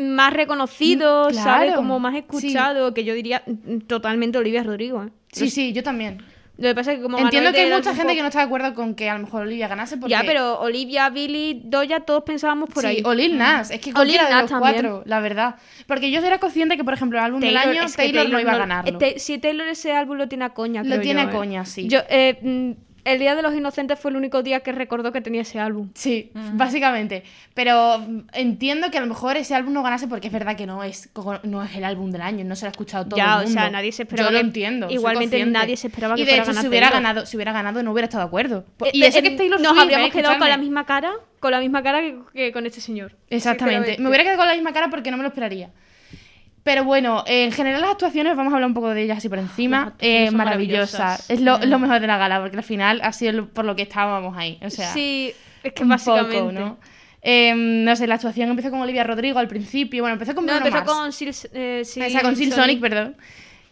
Speaker 4: más reconocido,
Speaker 6: Mm, claro.
Speaker 4: ¿sabes? Como más
Speaker 6: Sí.
Speaker 4: escuchado, que yo diría mm, totalmente Olivia Rodrigo. ¿eh?
Speaker 6: Sí, sí, yo también.
Speaker 4: Lo que pasa es que como
Speaker 6: Entiendo
Speaker 4: ganó el
Speaker 6: que hay
Speaker 4: del
Speaker 6: mucha
Speaker 4: álbum
Speaker 6: gente que
Speaker 4: pop-
Speaker 6: no está de acuerdo con que a lo mejor Olivia ganase porque...
Speaker 4: Ya, pero Olivia, Billy, Doya, todos pensábamos por
Speaker 6: sí,
Speaker 4: ahí.
Speaker 6: o Lil Nas, es que
Speaker 4: O
Speaker 6: cualquiera
Speaker 4: Lil
Speaker 6: de los
Speaker 4: Mm. Nas también.
Speaker 6: cuatro, la verdad. Porque yo era consciente que, por ejemplo, el álbum del año
Speaker 4: es que
Speaker 6: Taylor, no iba a
Speaker 4: eh,
Speaker 6: ganarlo.
Speaker 4: Tay- si Taylor ese álbum lo tiene a coña,
Speaker 6: Lo
Speaker 4: creo
Speaker 6: tiene
Speaker 4: yo,
Speaker 6: a
Speaker 4: eh.
Speaker 6: coña, sí.
Speaker 4: Yo, eh, mm, el Día de los Inocentes fue el único día que recordó que tenía ese álbum.
Speaker 6: Sí, básicamente. Pero mm, entiendo que a lo mejor ese álbum no ganase porque es verdad que no es, co- no es el álbum del año, no se lo ha escuchado todo
Speaker 4: Ya,
Speaker 6: el
Speaker 4: o
Speaker 6: mundo.
Speaker 4: sea, nadie se esperaba
Speaker 6: Yo lo
Speaker 4: que-
Speaker 6: entiendo. soy
Speaker 4: igualmente
Speaker 6: consciente.
Speaker 4: nadie se esperaba que
Speaker 6: y de
Speaker 4: fuera a
Speaker 6: hecho,
Speaker 4: ganar
Speaker 6: si hubiera
Speaker 4: Taylor.
Speaker 6: ganado, si hubiera ganado no hubiera estado de acuerdo. Por-
Speaker 4: Eh,
Speaker 6: Pues, Y
Speaker 4: eh,
Speaker 6: eso que
Speaker 4: eh,
Speaker 6: es Taylor
Speaker 4: nos
Speaker 6: Swift,
Speaker 4: habríamos
Speaker 6: eh,
Speaker 4: quedado con la
Speaker 6: escuchadme.
Speaker 4: misma cara, con la misma cara que, que con este señor. este-
Speaker 6: Exactamente.
Speaker 4: Sinceramente.
Speaker 6: me hubiera quedado con la misma cara porque no me lo esperaría. Pero bueno, eh, en general las actuaciones, vamos a hablar un poco de ellas así por
Speaker 5: Las
Speaker 6: encima,
Speaker 5: actuaciones
Speaker 6: eh,
Speaker 5: son
Speaker 6: maravillosas.
Speaker 5: maravillosas.
Speaker 6: Es lo,
Speaker 4: Mm.
Speaker 6: lo mejor de la gala, porque al final ha sido lo- por lo que estábamos ahí. O sea,
Speaker 4: sí, es que
Speaker 6: un
Speaker 4: básicamente.
Speaker 6: poco, ¿no? Eh, no sé, la actuación empezó con Olivia Rodrigo al principio, bueno, empezó con
Speaker 4: No,
Speaker 6: Bruno
Speaker 4: empezó
Speaker 6: Mars.
Speaker 4: con Sil, eh, Sil-
Speaker 6: Esa, con Sil
Speaker 4: Sonic.
Speaker 6: Sonic, perdón.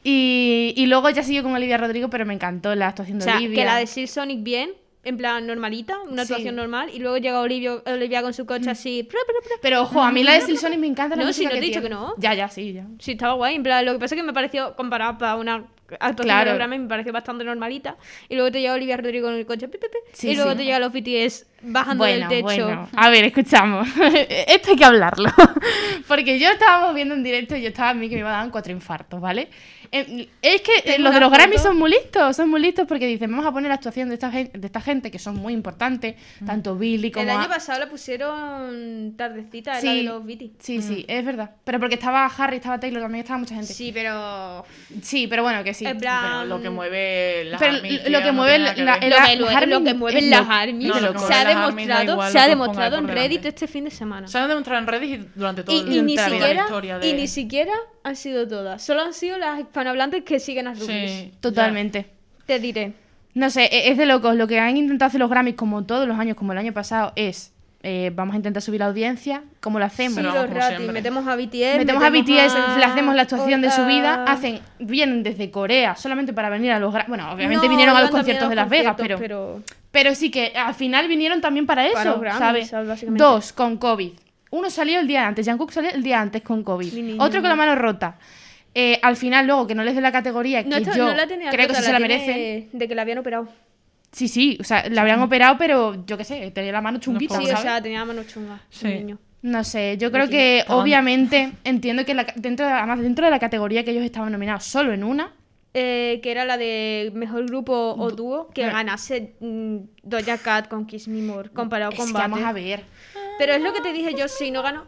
Speaker 6: Y, y luego ya siguió con Olivia Rodrigo, pero me encantó la actuación
Speaker 4: O
Speaker 6: de
Speaker 4: sea,
Speaker 6: Olivia.
Speaker 4: que la de Sil Sonic bien, en plan normalita, una
Speaker 6: Sí. Mm.
Speaker 4: actuación normal, y luego llega Olivia, Olivia con su coche así. "Pra, pra, pra".
Speaker 6: Pero ojo, a mí la de Sil Sonic me encanta la
Speaker 4: No, si
Speaker 6: música
Speaker 4: no he dicho
Speaker 6: tiene.
Speaker 4: que no.
Speaker 6: Ya, ya, sí, ya.
Speaker 4: Sí, estaba guay. En plan, lo que pasa es que me pareció, comparada para una actuación
Speaker 6: Claro.
Speaker 4: de programa, me pareció bastante normalita. Y luego te llega Olivia Rodrigo en el coche, pi, pi, pi,
Speaker 6: Sí,
Speaker 4: y luego
Speaker 6: sí.
Speaker 4: te llega los BTS bajando del techo.
Speaker 6: bueno. A ver, escuchamos. <laughs> Esto hay que hablarlo. <laughs> Porque yo estábamos viendo en directo y yo estaba a mí que me iba a dar cuatro infartos, ¿vale? Eh, Es que eh,
Speaker 4: Tengo
Speaker 6: los de
Speaker 4: una
Speaker 6: los Grammys
Speaker 4: foto.
Speaker 6: son muy listos, son muy listos porque dicen, vamos a poner la actuación de esta gente, de esta gente que son muy importantes, tanto Billy como...
Speaker 4: Mm. El
Speaker 6: a-
Speaker 4: año pasado la pusieron tardecita, la de los BTS.
Speaker 6: sí, sí, es verdad. Pero porque estaba Harry, estaba Taylor, también estaba mucha gente.
Speaker 4: Sí,
Speaker 6: Sí,
Speaker 4: pero.
Speaker 6: pero bueno, que sí.
Speaker 4: En
Speaker 5: Pero
Speaker 4: plan.
Speaker 5: lo que mueve las
Speaker 6: Pero
Speaker 5: armies,
Speaker 6: lo
Speaker 5: tía,
Speaker 6: que
Speaker 5: no
Speaker 6: mueve
Speaker 5: tiene nada que
Speaker 6: la-
Speaker 5: ver.
Speaker 4: lo
Speaker 6: la-
Speaker 4: que, lo-
Speaker 6: Harmony
Speaker 4: lo que
Speaker 6: es
Speaker 4: mueven las
Speaker 6: loco.
Speaker 4: armies
Speaker 5: No, lo que
Speaker 4: se ha
Speaker 5: mueven las armies da
Speaker 4: demostrado,
Speaker 5: igual,
Speaker 4: se ha
Speaker 5: lo que os
Speaker 4: demostrado
Speaker 5: ponga
Speaker 4: en
Speaker 5: por
Speaker 4: Reddit
Speaker 5: delante.
Speaker 4: este fin de semana.
Speaker 5: Se han demostrado en redes y durante todo
Speaker 4: Y,
Speaker 5: el-
Speaker 4: y ni
Speaker 5: toda la
Speaker 4: siquiera,
Speaker 5: historia de...
Speaker 4: y ni siquiera han sido todas. Solo han sido las hispanohablantes que siguen a Rubius.
Speaker 5: Sí, ya.
Speaker 6: Totalmente.
Speaker 4: Te diré.
Speaker 6: No sé, e- es de locos. Lo que han intentado hacer los Grammys, como todos los años, como el año pasado, es eh, vamos a intentar subir la audiencia, como lo hacemos.
Speaker 4: Sí,
Speaker 5: Pero
Speaker 4: los
Speaker 5: vamos como
Speaker 4: ratis,
Speaker 5: siempre.
Speaker 4: metemos a BTS.
Speaker 6: Metemos a BTS, le hacemos la actuación de su vida,
Speaker 4: a-
Speaker 6: hacen, vienen desde Corea solamente para venir a los Grammys. Bueno, obviamente vinieron a los conciertos de Las Vegas, pero, pero... sí que al final vinieron también para
Speaker 4: Para
Speaker 6: eso,
Speaker 4: los Grammys,
Speaker 6: ¿sabes?
Speaker 4: ¿sabes? Básicamente.
Speaker 6: Dos con COVID. Uno salió el día antes, Jungkook salió el día antes con
Speaker 4: Mi
Speaker 6: COVID.
Speaker 4: niño.
Speaker 6: Otro con la mano rota. Eh, al final, luego, que no les dé la categoría que
Speaker 4: No, esto-
Speaker 6: yo
Speaker 4: no la tenía
Speaker 6: creo que
Speaker 4: rota,
Speaker 6: sí se la
Speaker 4: tiene
Speaker 6: merecen.
Speaker 4: De que la habían operado.
Speaker 6: Sí, sí, o sea, la habrían operado, pero yo qué sé, tenía la mano
Speaker 4: Sí,
Speaker 6: chunguita,
Speaker 5: Como
Speaker 4: o
Speaker 6: ¿sabes?
Speaker 4: sea, tenía mano chunga.
Speaker 5: Sí.
Speaker 4: el niño.
Speaker 6: No sé, yo creo que obviamente <laughs> entiendo que la ca- dentro de, además dentro de la categoría que ellos estaban nominados solo en una,
Speaker 4: Eh, que era la de mejor grupo o dúo que
Speaker 6: eh.
Speaker 4: ganase mm, Doja Cat con Kiss Me More comparado
Speaker 6: es
Speaker 4: con
Speaker 6: que
Speaker 4: Bate.
Speaker 6: vamos a
Speaker 4: <laughs>
Speaker 6: ver.
Speaker 4: Pero es lo que te dije yo, si no ganó.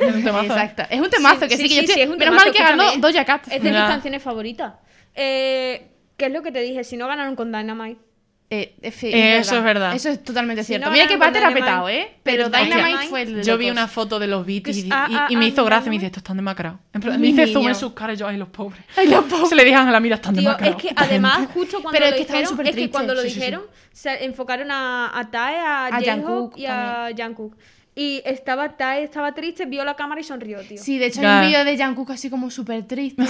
Speaker 5: Es un temazo.
Speaker 6: Exacto, es un temazo
Speaker 4: Sí,
Speaker 6: que sí,
Speaker 4: sí,
Speaker 6: que yo
Speaker 4: sí,
Speaker 6: estoy-
Speaker 4: sí, es un
Speaker 6: menos
Speaker 4: temazo,
Speaker 6: mal que ganó
Speaker 4: escúchame.
Speaker 6: Doja Cat.
Speaker 4: Es de mis
Speaker 5: Ya.
Speaker 4: canciones favoritas. Eh, ¿Qué es lo que te dije? Si no ganaron con Dynamite.
Speaker 6: Eh, es-
Speaker 5: Eh, eso es verdad.
Speaker 6: Eso es totalmente
Speaker 4: Si
Speaker 6: cierto.
Speaker 4: no
Speaker 6: Mira que
Speaker 4: ganaron
Speaker 6: Bate
Speaker 4: con
Speaker 6: la ha
Speaker 4: Dynamite,
Speaker 6: petado, ¿eh? Pero
Speaker 4: pero
Speaker 6: Dynamite,
Speaker 4: Dynamite-
Speaker 6: fue el de
Speaker 5: Yo vi
Speaker 6: locos.
Speaker 5: una foto de los beats y,
Speaker 4: Que- ah,
Speaker 5: y-
Speaker 4: ah,
Speaker 5: y me
Speaker 4: ah,
Speaker 5: hizo gracia, me
Speaker 4: mira,
Speaker 5: dice, estos están demacrados. En plan, Me
Speaker 6: Mi
Speaker 5: dice,
Speaker 6: niño.
Speaker 5: zoom en sus caras y yo, ay, los pobres.
Speaker 6: Ay, los pobres.
Speaker 5: Se le dije a Ángela, mira, están
Speaker 4: Tío, es
Speaker 5: demacrados.
Speaker 4: que
Speaker 5: <laughs>
Speaker 4: además, justo cuando
Speaker 6: Pero es
Speaker 4: lo
Speaker 6: que estaban
Speaker 4: dijeron,
Speaker 6: súper
Speaker 4: es que cuando lo
Speaker 6: tristes. Sí, sí, sí.
Speaker 4: dijeron, se enfocaron a, a Tae, a,
Speaker 6: A Jungkook
Speaker 4: J-Hope y a Jungkook. Y estaba Tae, estaba triste, vio la cámara y sonrió, tío.
Speaker 6: Sí, de hecho
Speaker 5: Ya.
Speaker 6: hay un vídeo de Jungkook así como súper
Speaker 5: <laughs>
Speaker 6: triste. y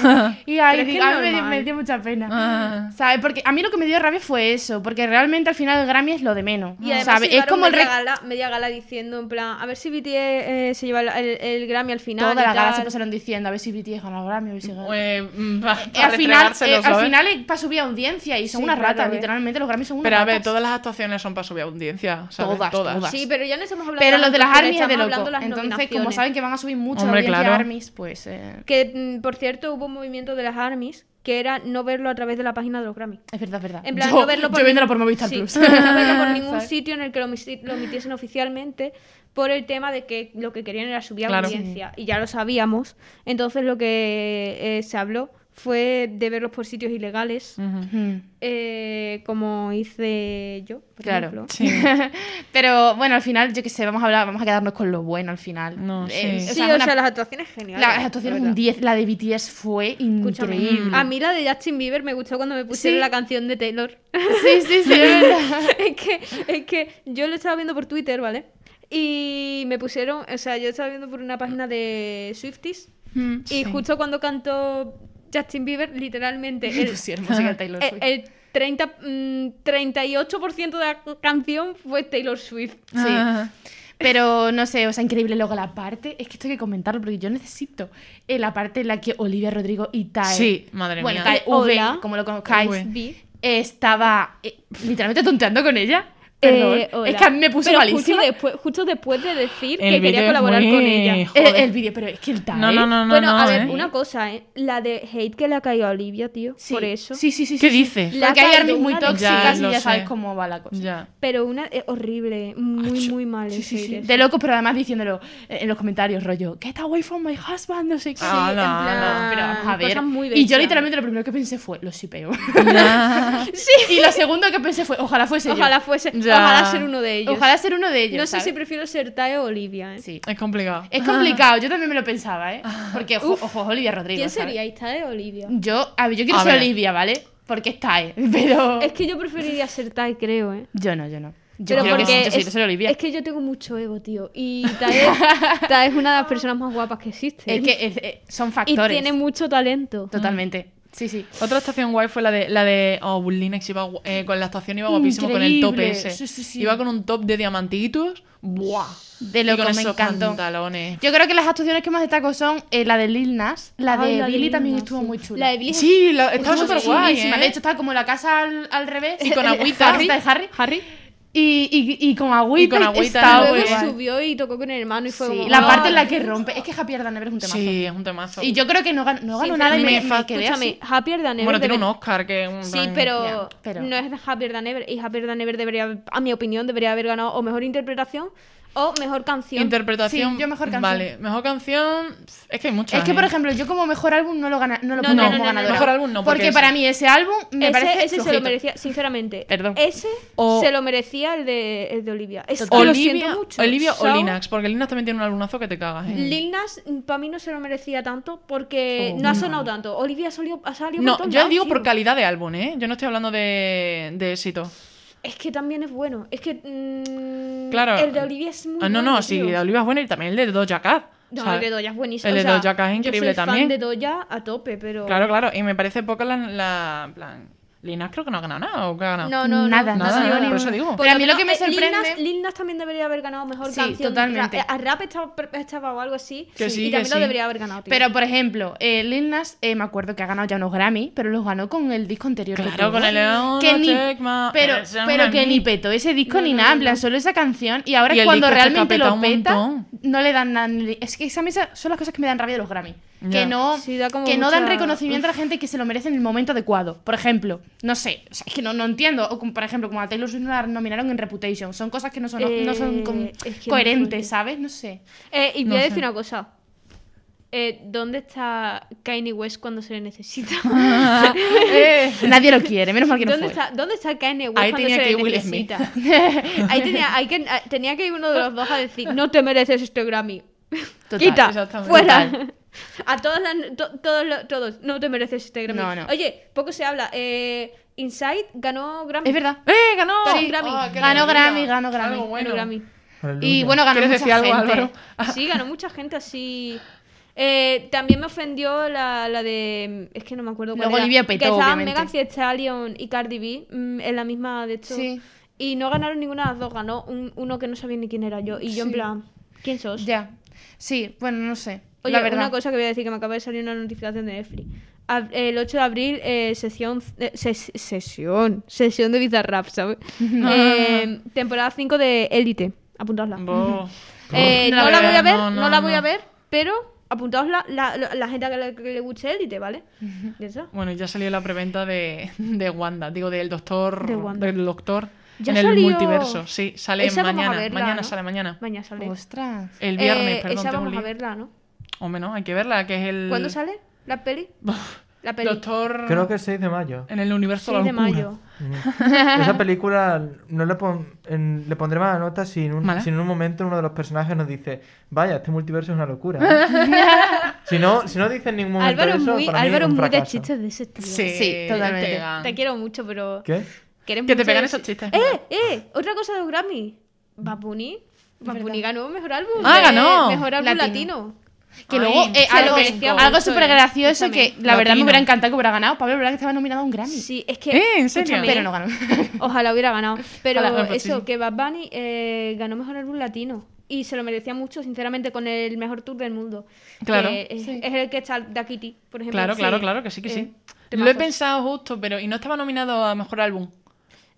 Speaker 4: Pero
Speaker 6: ahí
Speaker 4: es que
Speaker 6: digo, a mí me dio,
Speaker 4: normal.
Speaker 6: me dio mucha pena.
Speaker 5: Ah.
Speaker 6: ¿Sabes? Porque a mí lo que me dio rabia fue eso, porque realmente al final el Grammy es lo de menos.
Speaker 4: Y además
Speaker 6: ¿sabes?
Speaker 4: se
Speaker 6: Es como el
Speaker 4: media,
Speaker 6: re-
Speaker 4: gala, media gala diciendo en plan, a ver si BTS eh, se lleva el, el- el Grammy al final.
Speaker 6: Toda
Speaker 4: y
Speaker 6: la gala
Speaker 4: tal.
Speaker 6: se pasaron diciendo, a ver si BTS gana el Grammy, a ver si gana.
Speaker 5: Eh, mm, pa-
Speaker 6: Eh, al,
Speaker 5: para
Speaker 6: final,
Speaker 5: entregárselo,
Speaker 6: eh, al
Speaker 5: ¿sabes?
Speaker 6: final es para subir audiencia y son
Speaker 4: Sí,
Speaker 6: unas
Speaker 4: claro,
Speaker 6: ratas,
Speaker 4: eh.
Speaker 6: literalmente los Grammys son unas
Speaker 5: Pero a ver,
Speaker 6: ratas.
Speaker 5: todas las actuaciones son para subir audiencia, ¿sabes?
Speaker 6: Todas, todas.
Speaker 4: Sí, pero ya no estamos hablando
Speaker 6: Pero los de las
Speaker 4: actuaciones,
Speaker 6: armies es de
Speaker 4: estamos
Speaker 6: loco.
Speaker 4: hablando las
Speaker 6: Entonces, como
Speaker 4: nominaciones.
Speaker 6: saben que van a subir mucho la
Speaker 5: Hombre,
Speaker 6: audiencia
Speaker 5: claro.
Speaker 6: de armies, pues... eh,
Speaker 4: Que, mm, por cierto, hubo un movimiento de las ARMYs que era no verlo a través de la página de los Grammy.
Speaker 6: Es verdad, es verdad.
Speaker 4: En plan,
Speaker 6: yo,
Speaker 4: no verlo por,
Speaker 6: yo
Speaker 4: ningún-
Speaker 6: viéndolo por Movistar
Speaker 4: Sí, <laughs>
Speaker 6: Plus.
Speaker 4: no verlo
Speaker 6: <laughs>
Speaker 4: por ningún
Speaker 6: ¿Sabes?
Speaker 4: sitio en el que lo, omisi- lo omitiesen oficialmente por el tema de que lo que querían era subir
Speaker 5: Claro.
Speaker 4: audiencia. Y ya lo sabíamos. Entonces, lo que eh, se habló fue de verlos por sitios ilegales,
Speaker 6: Mm.
Speaker 5: Ujú.
Speaker 6: Ujú.
Speaker 4: eh, como hice yo, por
Speaker 6: Claro.
Speaker 4: ejemplo.
Speaker 5: Sí.
Speaker 6: <laughs> Pero bueno, al final, yo qué sé, vamos a hablar, vamos a quedarnos con lo bueno al final.
Speaker 5: No,
Speaker 6: Eh,
Speaker 5: sí.
Speaker 4: Sí,
Speaker 6: o sea, es una-
Speaker 4: las actuaciones geniales.
Speaker 6: la actuación es un 10, la de BTS fue
Speaker 4: Escúchame, <laughs>
Speaker 6: increíble.
Speaker 4: A mí la de Justin Bieber me gustó cuando me pusieron
Speaker 6: Sí.
Speaker 4: la canción de Taylor.
Speaker 6: Sí, sí, sí, es verdad.
Speaker 4: es, que, es que yo lo estaba viendo por Twitter, ¿vale? Y me pusieron, o sea, yo estaba viendo por una página de Swifties.
Speaker 6: Mm.
Speaker 4: Y justo cuando cantó Justin Bieber,
Speaker 6: <laughs>
Speaker 4: literalmente,
Speaker 6: Pues
Speaker 4: <laughs>
Speaker 6: El,
Speaker 4: el,
Speaker 6: pusieron música de Taylor
Speaker 4: el,
Speaker 6: Swift.
Speaker 4: el 30, mm, 38% de la canción fue Taylor Swift.
Speaker 5: Ah.
Speaker 6: Pero no sé, o sea, increíble. Luego la parte, es que esto hay que comentarlo porque yo necesito eh, la parte en la que Olivia Rodrigo y Tae.
Speaker 5: Sí, madre
Speaker 6: bueno,
Speaker 5: mía.
Speaker 6: Tae V,
Speaker 4: Hola.
Speaker 6: como lo conozcáis,
Speaker 5: V.
Speaker 4: Vi.
Speaker 6: estaba eh, literalmente tonteando con ella. Perdón.
Speaker 4: Eh, hola.
Speaker 6: es que a mí me puso
Speaker 4: Pero
Speaker 6: malísima.
Speaker 4: Justo después, justo después de decir
Speaker 5: El
Speaker 4: que
Speaker 5: vídeo
Speaker 4: quería
Speaker 5: es
Speaker 4: colaborar
Speaker 5: muy-
Speaker 4: con ella.
Speaker 6: El,
Speaker 5: Joder.
Speaker 6: el vídeo, pero es que el Tae.
Speaker 5: No, no, no, no.
Speaker 4: bueno, a
Speaker 5: no,
Speaker 4: ver,
Speaker 5: ¿eh?
Speaker 4: una cosa, ¿eh? La de hate que le ha caído a Olivia, tío,
Speaker 6: Sí,
Speaker 4: por eso.
Speaker 6: Sí, sí, sí.
Speaker 5: ¿Qué
Speaker 6: sí, sí.
Speaker 5: dices?
Speaker 4: La
Speaker 6: Porque hay
Speaker 4: cara de
Speaker 6: armas muy
Speaker 4: una de-
Speaker 6: tóxicas
Speaker 5: Ya,
Speaker 6: y
Speaker 5: lo
Speaker 6: ya sabes
Speaker 5: sé.
Speaker 6: cómo va la cosa.
Speaker 5: Ya.
Speaker 4: Pero una eh, horrible, muy, muy mal.
Speaker 6: Sí,
Speaker 4: el
Speaker 6: sí,
Speaker 4: hate
Speaker 6: sí.
Speaker 4: ese.
Speaker 6: De locos, pero además diciéndolo eh, en los comentarios, rollo, get away from my husband, no sé qué.
Speaker 5: Ah,
Speaker 6: en
Speaker 5: la,
Speaker 6: plan,
Speaker 5: la.
Speaker 6: pero vamos a ver.
Speaker 4: Cosas muy
Speaker 6: y yo
Speaker 4: bestias.
Speaker 6: literalmente lo primero que pensé fue, lo sipeo.
Speaker 5: Ya.
Speaker 6: sí. <laughs> Y lo segundo que pensé fue, ojalá fuese yo.
Speaker 4: Ojalá fuese,
Speaker 5: Ya.
Speaker 4: ojalá ser uno de ellos.
Speaker 6: Ojalá ser uno de ellos.
Speaker 4: no sé
Speaker 6: ¿sabes?
Speaker 4: si prefiero ser Tae o Olivia, ¿eh?
Speaker 6: Sí.
Speaker 5: <laughs> Es complicado.
Speaker 6: Es complicado, yo también me lo pensaba, ¿eh? Porque, ojo, ojo, Olivia Rodrigo.
Speaker 4: Ah. ¿Quién
Speaker 6: ¿sabes?
Speaker 4: sería Tae o Olivia?
Speaker 6: Yo, a ver, yo quiero
Speaker 5: A
Speaker 6: ser
Speaker 5: ver.
Speaker 6: Olivia, ¿vale? Porque está, ¿eh? <laughs> Pero.
Speaker 4: Es que yo preferiría ser Tae, creo, ¿eh?
Speaker 6: Yo no, yo no. Yo
Speaker 4: Pero
Speaker 6: creo que
Speaker 4: porque
Speaker 6: sí, yo sí quiero ser Olivia.
Speaker 4: es que yo tengo mucho ego, tío.
Speaker 6: <laughs>
Speaker 4: Y Tae, Tae es una de las personas más guapas que existe.
Speaker 6: Es que es- eh, son
Speaker 4: y
Speaker 6: factores.
Speaker 4: tiene mucho talento.
Speaker 6: Totalmente. Sí, sí.
Speaker 5: Otra actuación guay fue la de la de oh, Bull Linux iba gu- eh, con la actuación iba guapísimo con el top
Speaker 6: Increíble.
Speaker 5: ese.
Speaker 6: Sí, sí, sí.
Speaker 5: Iba con un top de diamantitos. Buah.
Speaker 6: De
Speaker 5: y
Speaker 6: lo que
Speaker 5: con
Speaker 6: me
Speaker 5: esos
Speaker 6: encantó.
Speaker 5: pantalones.
Speaker 6: Yo creo que las actuaciones que más destaco son eh, la de Lil Nas, la de
Speaker 4: Ay, la de
Speaker 6: Billy
Speaker 4: Lil
Speaker 6: también
Speaker 4: Nas,
Speaker 6: estuvo
Speaker 4: sí.
Speaker 6: muy chula. ¿eh?
Speaker 4: La de Billy
Speaker 5: Sí, la- estaba ¿eh?
Speaker 6: Estuvo
Speaker 5: súper guay.
Speaker 6: chulísima. De hecho, estaba como la casa al, al revés.
Speaker 5: Y
Speaker 6: <laughs>
Speaker 5: con agüita.
Speaker 6: La casita de Harry.
Speaker 4: Harry.
Speaker 6: Y, y, y con agüita.
Speaker 5: Y con agüita,
Speaker 6: estaba
Speaker 5: ¿no?
Speaker 6: muy
Speaker 4: Luego
Speaker 5: guay.
Speaker 4: subió y tocó con el hermano y fue
Speaker 6: guay.
Speaker 4: como,
Speaker 6: Sí, La
Speaker 4: "Ah".
Speaker 6: parte en la que rompe. Es que Happy Arda Never es un este temazo.
Speaker 5: Sí, es un temazo.
Speaker 6: Y yo creo que no ganó, no ganó nada y me, me quedé
Speaker 4: Escúchame,
Speaker 6: así.
Speaker 4: Happier Than Ever...
Speaker 5: bueno, tiene un
Speaker 4: debe-
Speaker 5: Oscar que es un
Speaker 4: Sí,
Speaker 5: plan-
Speaker 4: pero,
Speaker 6: Ya, pero-
Speaker 4: no es Happier Than Ever. Y Happier Than Ever debería, a mi opinión, debería haber ganado o mejor interpretación o mejor canción.
Speaker 5: Interpretación.
Speaker 6: Sí, yo mejor canción.
Speaker 5: Vale, mejor canción. pf, Es que hay muchas.
Speaker 6: Es que, por
Speaker 5: ¿eh?
Speaker 6: ejemplo, yo como mejor álbum no lo, gana, no lo
Speaker 4: No,
Speaker 6: pongo
Speaker 5: no, no,
Speaker 6: como
Speaker 5: no,
Speaker 6: ganadora.
Speaker 5: no. Mejor álbum no,
Speaker 6: Porque,
Speaker 5: porque
Speaker 6: para
Speaker 5: ese-
Speaker 6: mí ese álbum me
Speaker 4: ese
Speaker 6: parece.
Speaker 4: ese se
Speaker 6: flojito.
Speaker 4: lo merecía, sinceramente.
Speaker 6: Perdón.
Speaker 4: Ese
Speaker 5: O-
Speaker 4: se lo merecía el de, el de Olivia. Es que lo
Speaker 5: Olivia,
Speaker 4: siento mucho.
Speaker 5: Olivia
Speaker 4: Sao-
Speaker 5: o Linax, porque Linax también tiene un alumnazo que te cagas. ¿eh?
Speaker 4: Lil Nas para mí no se lo merecía tanto porque
Speaker 5: Oh.
Speaker 4: no ha sonado tanto. Olivia ha salido, ha salido
Speaker 5: No,
Speaker 4: por todos
Speaker 5: yo
Speaker 4: lados,
Speaker 5: digo
Speaker 4: tío.
Speaker 5: por calidad de álbum, ¿eh? Yo no estoy hablando de, de éxito.
Speaker 4: Es que también es bueno. Es que. mm,
Speaker 5: Claro.
Speaker 4: El de Olivia es muy.
Speaker 5: Ah, no,
Speaker 4: bueno,
Speaker 5: no, sí,
Speaker 4: tío.
Speaker 5: de Olivia es buena y también el de Doja Cat.
Speaker 4: No,
Speaker 5: o sea,
Speaker 4: el de Doja es buenísimo.
Speaker 5: el de
Speaker 4: o sea,
Speaker 5: Doja Cat es increíble
Speaker 4: yo soy
Speaker 5: también.
Speaker 4: fan de Doja a tope, pero.
Speaker 5: Claro, claro, y me parece poca la. la en plan, Linas creo que no ha ganado nada, ¿o qué ha ganado?
Speaker 4: No, no, no.
Speaker 6: Nada,
Speaker 4: no,
Speaker 5: nada,
Speaker 4: no,
Speaker 5: nada,
Speaker 4: no,
Speaker 5: por
Speaker 4: no.
Speaker 5: eso digo.
Speaker 6: Pero a mí lo que
Speaker 4: no,
Speaker 6: me
Speaker 4: eh, Lil Nas-
Speaker 6: sorprende-
Speaker 4: Lil Nas también debería haber ganado mejor
Speaker 6: Sí,
Speaker 4: canción.
Speaker 6: totalmente.
Speaker 4: Ra- eh, A rap estaba, estaba o algo así.
Speaker 5: Que sí,
Speaker 4: y
Speaker 5: que
Speaker 4: también
Speaker 5: sí.
Speaker 4: lo debería haber ganado. tío.
Speaker 6: Pero, por ejemplo, eh, Lil Nas, eh, me acuerdo que ha ganado ya unos Grammy, pero los ganó con el disco anterior. que
Speaker 5: Claro,
Speaker 6: tuvo.
Speaker 5: con el León,
Speaker 6: Que ni- pero,
Speaker 5: pero,
Speaker 6: pero que ni petó ese disco
Speaker 4: No,
Speaker 6: ni
Speaker 4: no,
Speaker 6: nada,
Speaker 4: no,
Speaker 6: en plan,
Speaker 4: no.
Speaker 6: solo esa canción. Y ahora
Speaker 5: Y el
Speaker 6: cuando
Speaker 5: disco este que ha
Speaker 6: realmente
Speaker 5: petado
Speaker 6: lo
Speaker 5: un
Speaker 6: peta,
Speaker 5: montón.
Speaker 6: no le dan nada. ni- Es que esas esas son las cosas que me dan rabia de los Grammy.
Speaker 5: Ya.
Speaker 6: Que no,
Speaker 4: Sí, da como
Speaker 6: que no dan
Speaker 4: mucha-
Speaker 6: reconocimiento a la gente que se lo merece en el momento adecuado. Por ejemplo, no sé, o sea, es que no, no entiendo. O como, por ejemplo, como a Taylor Swift la nominaron en Reputation. Son cosas que no son, no son
Speaker 4: Eh,
Speaker 6: con-
Speaker 4: es que es muy fuerte.
Speaker 6: coherentes, ¿sabes?
Speaker 4: <laughs>
Speaker 6: No sé.
Speaker 4: Eh, y voy
Speaker 5: No
Speaker 4: a
Speaker 5: sé.
Speaker 4: decir una cosa. Eh, ¿Dónde está Kanye West cuando se le
Speaker 5: <laughs>
Speaker 4: necesita?
Speaker 6: Nadie lo quiere, menos mal que no
Speaker 4: Eh. ¿Dónde
Speaker 6: fue.
Speaker 4: está, ¿Dónde está Kanye West
Speaker 5: Ahí
Speaker 4: cuando
Speaker 5: tenía
Speaker 4: se
Speaker 5: que
Speaker 4: le
Speaker 5: ir Will Smith.
Speaker 4: necesita? Ahí tenía, hay que, ah, tenía que ir uno de los dos a decir, no te mereces este Grammy.
Speaker 6: <laughs> <laughs> Total.
Speaker 4: Quita,
Speaker 5: exactamente.
Speaker 4: fuera. A todas las- to- todos, los- todos, no te mereces este Grammy.
Speaker 6: No, no.
Speaker 4: Oye, poco se habla. Eh, Inside ganó Grammy.
Speaker 6: Es verdad.
Speaker 5: ¡Eh, ganó!
Speaker 4: Sí, Grammy.
Speaker 5: qué
Speaker 6: Ganó
Speaker 5: alegría.
Speaker 6: Grammy, ganó Grammy.
Speaker 5: Algo bueno.
Speaker 4: Ganó Grammy.
Speaker 6: Y
Speaker 2: Aleluya.
Speaker 6: bueno, ganó
Speaker 5: ¿Quieres
Speaker 6: mucha
Speaker 5: decir algo,
Speaker 6: gente.
Speaker 5: Álvaro?
Speaker 4: Sí, ganó mucha gente así. Eh, también me ofendió la, la de. Es que no me acuerdo cuál
Speaker 6: Luego
Speaker 4: era.
Speaker 6: Olivia petó,
Speaker 4: Que estaban
Speaker 6: obviamente.
Speaker 4: Megan Thee Stallion y Cardi B mm, en la misma de hecho.
Speaker 6: Sí.
Speaker 4: Y no ganaron ninguna de las dos. Ganó un- uno que no sabía ni quién era yo. Y yo, en
Speaker 6: Sí.
Speaker 4: plan, ¿quién sos?
Speaker 6: Ya. Sí, bueno, no sé.
Speaker 4: Oye,
Speaker 6: la verdad.
Speaker 4: una cosa que voy a decir que me acaba de salir una notificación de Netflix. Ab- El 8 de abril, eh, sesión, eh, ses- sesión, sesión de Bizarrap, ¿sabes? Eh, temporada 5 de Élite, apuntadla.
Speaker 5: Bo.
Speaker 4: Eh,
Speaker 5: No
Speaker 4: no,
Speaker 5: la
Speaker 4: la
Speaker 5: veas,
Speaker 4: voy a ver,
Speaker 5: no,
Speaker 4: no,
Speaker 5: no,
Speaker 4: la voy
Speaker 5: no.
Speaker 4: a ver, pero apuntaos la, la, la- la gente a la que le guste Élite, ¿vale? ¿Y eso?
Speaker 5: Bueno, ya salió la preventa de, de Wanda, digo, del doctor.
Speaker 4: De Wanda.
Speaker 5: Del doctor.
Speaker 4: Ya
Speaker 5: en el
Speaker 4: salió.
Speaker 5: multiverso, sí, sale
Speaker 4: Esa vamos a
Speaker 5: mañana.
Speaker 4: verla,
Speaker 5: mañana
Speaker 4: ¿no? Pues,
Speaker 5: sale mañana.
Speaker 4: Mañana sale.
Speaker 6: Ostras.
Speaker 5: El viernes,
Speaker 4: Eh,
Speaker 5: perdón,
Speaker 4: Esa
Speaker 5: tengo un
Speaker 4: vamos a
Speaker 5: lío.
Speaker 4: verla, ¿no?
Speaker 5: Hombre, no, hay que verla, que es el.
Speaker 4: ¿Cuándo sale la peli? La peli.
Speaker 5: <laughs> Doctor.
Speaker 2: Creo que el 6 de
Speaker 4: <laughs>
Speaker 2: mayo.
Speaker 5: En el universo
Speaker 4: 6 de
Speaker 5: de la locura.
Speaker 4: mayo.
Speaker 2: Esa película no le, pon- en- le pondré más nota si en, un,
Speaker 5: Mala.
Speaker 2: si en un momento uno de los personajes nos dice, vaya, este multiverso es una
Speaker 4: <laughs>
Speaker 2: locura. si no, si no dice en ningún momento
Speaker 4: Álvaro es
Speaker 2: eso,
Speaker 4: muy,
Speaker 2: para mí
Speaker 4: Álvaro
Speaker 2: es
Speaker 4: es
Speaker 2: un
Speaker 4: muy de
Speaker 2: fracaso.
Speaker 4: chistes de ese tío.
Speaker 5: Sí,
Speaker 6: Sí, totalmente.
Speaker 5: te pegan.
Speaker 4: Te quiero mucho, pero.
Speaker 2: ¿Qué?
Speaker 4: eres
Speaker 5: Que te
Speaker 4: mucho
Speaker 5: pegan
Speaker 4: de-
Speaker 5: esos chistes.
Speaker 4: ¡Eh! ¡Eh! Otra cosa de los Grammy. Bad Bunny. Bad Bunny ganó mejor álbum.
Speaker 5: Ah,
Speaker 4: de-
Speaker 5: ganó.
Speaker 4: Mejor álbum
Speaker 6: Latino.
Speaker 4: latino.
Speaker 6: Que
Speaker 5: Ay,
Speaker 6: luego, eh,
Speaker 5: sí,
Speaker 6: algo,
Speaker 4: lo mereció,
Speaker 6: algo
Speaker 4: justo,
Speaker 6: súper gracioso que
Speaker 4: justamente.
Speaker 6: la verdad me
Speaker 5: Latino.
Speaker 6: hubiera encantado que hubiera ganado. Pablo, verdad que estaba nominado a un Grammy.
Speaker 4: Sí, es que.
Speaker 5: Eh, ¿en serio?
Speaker 4: escúchame,
Speaker 6: Pero no ganó. <laughs>
Speaker 4: Ojalá hubiera ganado. Pero
Speaker 5: Ojalá, pues
Speaker 4: eso,
Speaker 5: sí.
Speaker 4: que Bad Bunny eh, ganó mejor álbum latino. Y se lo merecía mucho, sinceramente, con el mejor tour del mundo.
Speaker 5: Claro.
Speaker 4: Que es,
Speaker 6: Sí.
Speaker 4: es el que está Da Kitty, por ejemplo.
Speaker 5: Claro, claro, claro, que sí, que
Speaker 4: Eh,
Speaker 5: sí. Lo he
Speaker 4: temazos.
Speaker 5: pensado justo, pero. Y no estaba nominado a mejor álbum.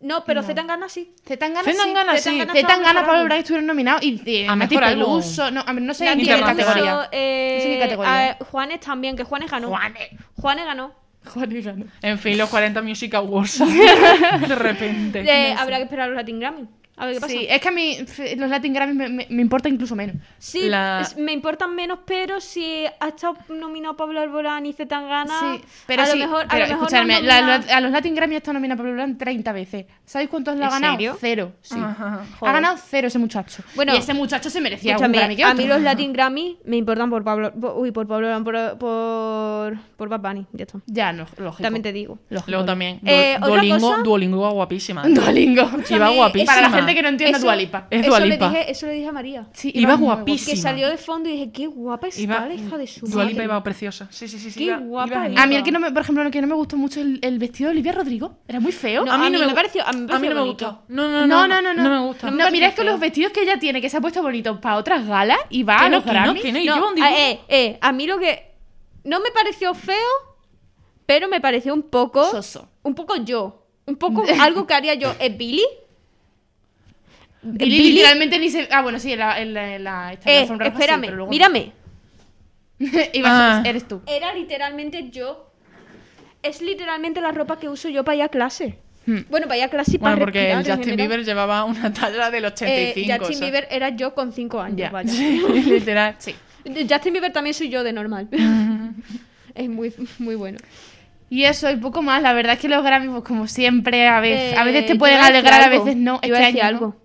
Speaker 4: No, pero Z Tangana sí.
Speaker 6: Zetangana sí.
Speaker 5: Zetangana, sí.
Speaker 6: Zetangana, Zetangana,
Speaker 4: estaba
Speaker 6: Pablo
Speaker 4: mejor
Speaker 6: Bragg estuvieron nominados y eh,
Speaker 5: A
Speaker 6: Nati
Speaker 5: mejor álbum.
Speaker 6: Peluso, no, a ver, no sé
Speaker 4: Nati
Speaker 6: ni qué
Speaker 5: Peluso,
Speaker 6: categoría.
Speaker 4: Peluso, eh,
Speaker 6: No sé ni qué categoría.
Speaker 4: a- Juanes también, que Juanes ganó.
Speaker 6: Juanes.
Speaker 4: Juanes ganó.
Speaker 6: Juanes ganó.
Speaker 5: En fin, los 40 Music Awards. de repente.
Speaker 4: Eh, Habrá que esperar a los Latin Grammy. A ver qué pasa.
Speaker 6: Sí, eh, es que a mí f- los Latin Grammys me, me- me importa incluso menos.
Speaker 4: Sí,
Speaker 5: La-
Speaker 4: es- me importan menos, pero si ha estado nominado Pablo Alborán y Zetangana,
Speaker 6: Sí, pero
Speaker 4: a
Speaker 6: sí,
Speaker 4: lo mejor,
Speaker 6: pero
Speaker 4: a lo mejor
Speaker 6: escuchadme,
Speaker 4: nos
Speaker 6: la-
Speaker 4: nomina-
Speaker 6: la- a los Latin Grammys está nominado Pablo Blanc 30 veces. ¿Sabéis cuántos le ha
Speaker 4: ¿En
Speaker 6: ganado?
Speaker 4: serio?
Speaker 6: Cero. Sí.
Speaker 5: Ajá,
Speaker 6: Ha
Speaker 5: joder.
Speaker 6: ganado cero ese muchacho.
Speaker 4: Bueno,
Speaker 6: y ese muchacho se merecía un
Speaker 4: Escúchame,
Speaker 6: Grammy que
Speaker 4: a
Speaker 6: otro.
Speaker 4: mí los Latin Grammy me importan por Pablo, por- uy, por Pablo, Alborán, por, por, por Bad Bunny, ya está.
Speaker 6: Ya, no, lógico.
Speaker 4: También te digo.
Speaker 6: Lógico.
Speaker 5: Luego también. Du-
Speaker 4: Eh, ¿otra
Speaker 5: Duolingo,
Speaker 4: cosa?
Speaker 5: Duolingo va guapísima.
Speaker 6: <laughs> Duolingo.
Speaker 5: Iba guapísima.
Speaker 6: Para la gente que no entienda
Speaker 4: Eso-
Speaker 6: Dualipa.
Speaker 5: Es
Speaker 4: eso, le
Speaker 5: Dualipa.
Speaker 4: dije, eso le dije a María.
Speaker 6: Sí,
Speaker 5: Iba
Speaker 6: muy
Speaker 5: guapísima.
Speaker 4: Que salió de fondo y dije, qué guapa está la hija de su
Speaker 5: Dua Lipa
Speaker 4: madre.
Speaker 5: iba preciosa. Sí, sí, sí. sí
Speaker 4: Qué
Speaker 5: iba-
Speaker 4: guapa
Speaker 5: iba
Speaker 4: es.
Speaker 5: genial.
Speaker 6: A mí el que no me, por ejemplo, el que no me gustó mucho el, el vestido de Olivia Rodrigo. Era muy feo.
Speaker 4: No, a mí no me
Speaker 5: gu-
Speaker 4: pareció- a mí me pareció
Speaker 5: no me
Speaker 4: bonito.
Speaker 5: gustó. No, no, no. me gusta.
Speaker 6: No, mira, es
Speaker 4: parece
Speaker 6: que los
Speaker 4: feo.
Speaker 6: vestidos que ella tiene, que se ha puesto bonitos para otras galas y va
Speaker 5: Que
Speaker 6: a
Speaker 5: no,
Speaker 6: los
Speaker 5: que no,
Speaker 6: Grammys.
Speaker 5: que no. Y
Speaker 4: No,
Speaker 5: lleva un
Speaker 4: a-
Speaker 5: dibujo.
Speaker 4: eh, eh, a mí lo que no me pareció feo, pero me pareció un poco
Speaker 6: Soso.
Speaker 4: un poco yo, un poco algo que haría yo, ¿es Billy?
Speaker 6: Y
Speaker 4: Billy,
Speaker 6: literalmente ni se... Ah, bueno, sí, en la... En la, en la, esta, en la
Speaker 4: eh,
Speaker 6: alfombra roja sí,
Speaker 4: espérame,
Speaker 6: pero luego no.
Speaker 4: mírame.
Speaker 6: <laughs>
Speaker 4: Ah.
Speaker 6: Iba a ser- pues, eres tú.
Speaker 4: Era literalmente yo. Es literalmente la ropa que uso yo para ir a clase.
Speaker 6: Hmm.
Speaker 4: Bueno, para ir a clase y para
Speaker 5: Bueno, porque
Speaker 4: respirar
Speaker 5: el
Speaker 4: en
Speaker 5: Justin
Speaker 4: general.
Speaker 5: Bieber llevaba una talla del
Speaker 4: Eh,
Speaker 5: 85.
Speaker 4: Justin
Speaker 5: o sea. <laughs>
Speaker 4: Bieber era yo con 5 años,
Speaker 6: Ya.
Speaker 4: vaya. <laughs>
Speaker 5: Literal.
Speaker 6: Sí.
Speaker 4: Justin Bieber también soy yo de
Speaker 6: <laughs>
Speaker 4: normal. es muy, muy bueno.
Speaker 6: Y eso, y poco más. La verdad es que los Grammys, pues como siempre, a veces, Pues, a
Speaker 4: Eh,
Speaker 6: veces te
Speaker 4: yo
Speaker 6: pueden
Speaker 4: iba a decir
Speaker 6: alegrar, a
Speaker 4: algo.
Speaker 6: veces no.
Speaker 4: Yo iba a
Speaker 6: Este
Speaker 4: decir
Speaker 6: año no.
Speaker 4: algo.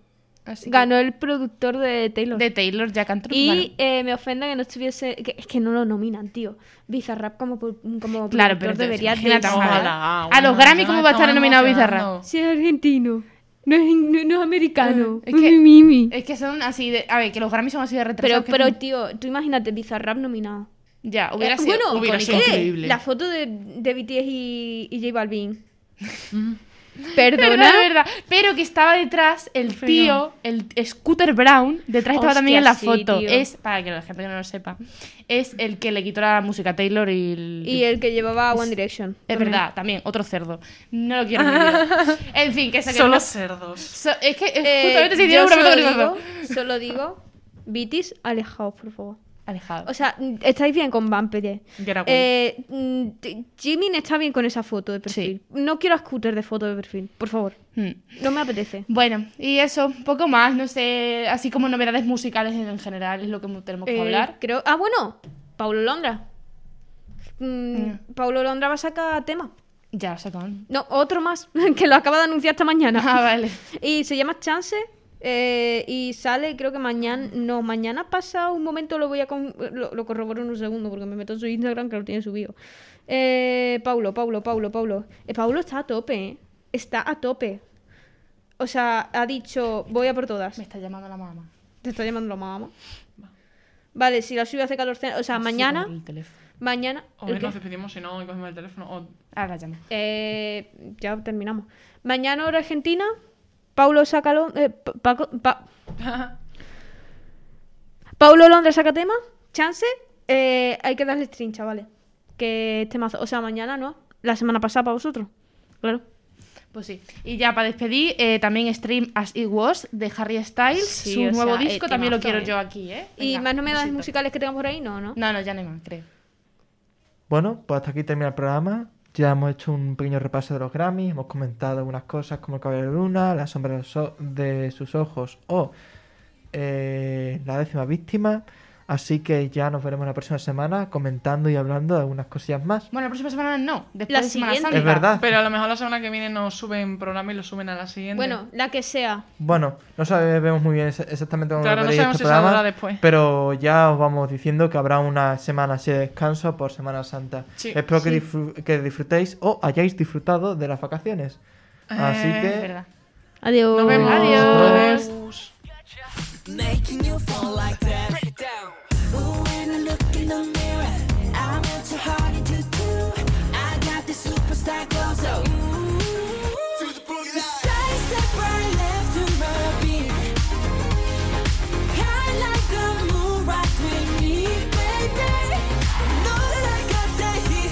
Speaker 6: Así que-
Speaker 4: Ganó el productor de Taylor.
Speaker 6: De Taylor, Jack Antonoff.
Speaker 4: y eh, me ofende que no estuviese. que- es que no lo nominan, tío. Bizarrap como, pu- como
Speaker 6: Claro, pero
Speaker 4: productor
Speaker 6: te-
Speaker 4: debería de
Speaker 6: imagínate,
Speaker 4: estar.
Speaker 5: Ojalá,
Speaker 6: A los
Speaker 5: bueno,
Speaker 6: Grammy,
Speaker 5: ya
Speaker 6: ¿cómo
Speaker 5: me
Speaker 6: va a estar
Speaker 5: estaba
Speaker 6: nominado
Speaker 5: emocionando.
Speaker 4: Si es argentino. No es, no, no es americano.
Speaker 6: Ah, Es que-
Speaker 4: Mimi.
Speaker 6: Es que son así de... A ver, que los Grammys son así de
Speaker 4: Pero,
Speaker 6: retrasados. que
Speaker 4: pero
Speaker 6: son-
Speaker 4: tío, tú imagínate Bizarrap nominado.
Speaker 6: Ya, hubiera
Speaker 4: Eh,
Speaker 6: sido...
Speaker 4: bueno,
Speaker 5: hubiera
Speaker 4: eh,
Speaker 5: sido increíble.
Speaker 4: La foto de, de BTS y, y J Balvin.
Speaker 6: Mm. Pero
Speaker 4: Perdona.
Speaker 6: no, es verdad. Pero que estaba detrás el
Speaker 5: Feo.
Speaker 6: tío, el Scooter Brown, detrás estaba
Speaker 4: Hostia,
Speaker 6: también en la
Speaker 4: sí,
Speaker 6: foto.
Speaker 4: tío.
Speaker 6: Es, para que la gente que no lo sepa, es el que le quitó la música a Taylor y el...
Speaker 4: Y el que llevaba One Direction.
Speaker 6: Es verdad, también, otro cerdo. No lo quiero
Speaker 4: <laughs>
Speaker 6: ni ver. En fin, que se que
Speaker 5: Solo
Speaker 6: no-
Speaker 5: cerdos.
Speaker 6: so- Es que eh,
Speaker 4: Eh,
Speaker 6: justamente se
Speaker 4: yo
Speaker 6: hicieron una foto con el
Speaker 4: solo
Speaker 6: cerdo.
Speaker 4: digo, <laughs> solo digo, Bitis, alejaos, por favor.
Speaker 6: Alejado.
Speaker 4: O sea, mm, <laughs> estáis bien con Vampire.
Speaker 5: Get away.
Speaker 4: Eh, mm, t- Jimin está bien con esa foto de perfil. No quiero a Scooter de foto de perfil, por favor.
Speaker 6: Hmm.
Speaker 4: No me <laughs> apetece.
Speaker 6: Bueno, y eso, poco más, no sé, así como novedades musicales en en general es lo que tenemos que
Speaker 4: Eh,
Speaker 6: hablar.
Speaker 4: Creo... Ah, bueno, Paulo Londra. Mm, Paulo Londra va a sacar tema.
Speaker 6: Ya lo sacaron.
Speaker 4: No, otro más, <laughs> que lo acaba de anunciar esta mañana.
Speaker 6: Ah, vale.
Speaker 4: Y se llama Chance. eh, y sale, creo que mañana. No, mañana pasa un momento, lo voy a. con- lo, lo corroboro en un segundo porque me meto en su Instagram que lo tiene subido. Eh, Paulo, Paulo, Paulo, Paulo. Eh, Paulo está a tope, ¿eh? Está a tope. O sea, ha dicho, voy a por todas.
Speaker 6: Me está llamando la mamá.
Speaker 4: Te está llamando la mamá. Vale, si la sube hace 14. O sea,
Speaker 6: Sí,
Speaker 4: mañana.
Speaker 6: con el teléfono.
Speaker 4: Mañana.
Speaker 5: O
Speaker 4: ¿el
Speaker 5: bien
Speaker 4: qué?
Speaker 5: nos despedimos, si no, y cogemos el teléfono. O... <laughs>
Speaker 6: Ahora la llamo.
Speaker 4: Eh, ya terminamos. Mañana hora Argentina. Paulo saca lo- eh, Pa- Paco- Pa- Paulo Londres saca tema. Chance. eh, hay que darle stream, chavales. Que este mazo. O sea, mañana no. La semana pasada para vosotros. Claro.
Speaker 6: Pues sí. Y ya para despedir, eh, también stream As It Was de Harry Styles,
Speaker 4: Sí,
Speaker 6: su
Speaker 4: o
Speaker 6: nuevo
Speaker 4: sea,
Speaker 6: disco.
Speaker 4: eh,
Speaker 6: También lo
Speaker 4: temazo,
Speaker 6: quiero
Speaker 4: eh.
Speaker 6: yo aquí, ¿eh?
Speaker 4: y
Speaker 6: Venga,
Speaker 4: más novedades
Speaker 6: besito.
Speaker 4: musicales que tengamos por ahí, no, ¿no?
Speaker 6: No, no, ya no hay más, creo.
Speaker 2: Bueno, pues hasta aquí termina el programa. Ya hemos hecho un pequeño repaso de los Grammys, hemos comentado algunas cosas como el cabello de Luna, la sombra de los o- de sus ojos o eh, la décima víctima. Así que ya nos veremos la próxima semana comentando y hablando de algunas cosillas más.
Speaker 6: Bueno, la próxima semana no. Después
Speaker 4: La
Speaker 6: de Semana
Speaker 4: siguiente.
Speaker 6: Santa.
Speaker 2: Es verdad.
Speaker 5: Pero a lo mejor la semana que viene nos suben programa y lo suben a la siguiente.
Speaker 4: Bueno, la que sea.
Speaker 2: Bueno, no sabemos muy bien ex- exactamente cómo
Speaker 5: Claro, no
Speaker 2: veréis
Speaker 5: sabemos
Speaker 2: este
Speaker 5: si saldrá
Speaker 2: programa,
Speaker 5: después.
Speaker 2: pero ya os vamos diciendo que habrá una semana así de descanso por Semana Santa.
Speaker 5: Sí,
Speaker 2: Espero que, disfru- que disfrutéis o hayáis disfrutado de las vacaciones. Así
Speaker 5: Eh,
Speaker 2: que...
Speaker 6: Es verdad.
Speaker 4: Adiós.
Speaker 5: Nos vemos.
Speaker 6: Adiós.
Speaker 5: Adiós.
Speaker 7: Making you fall.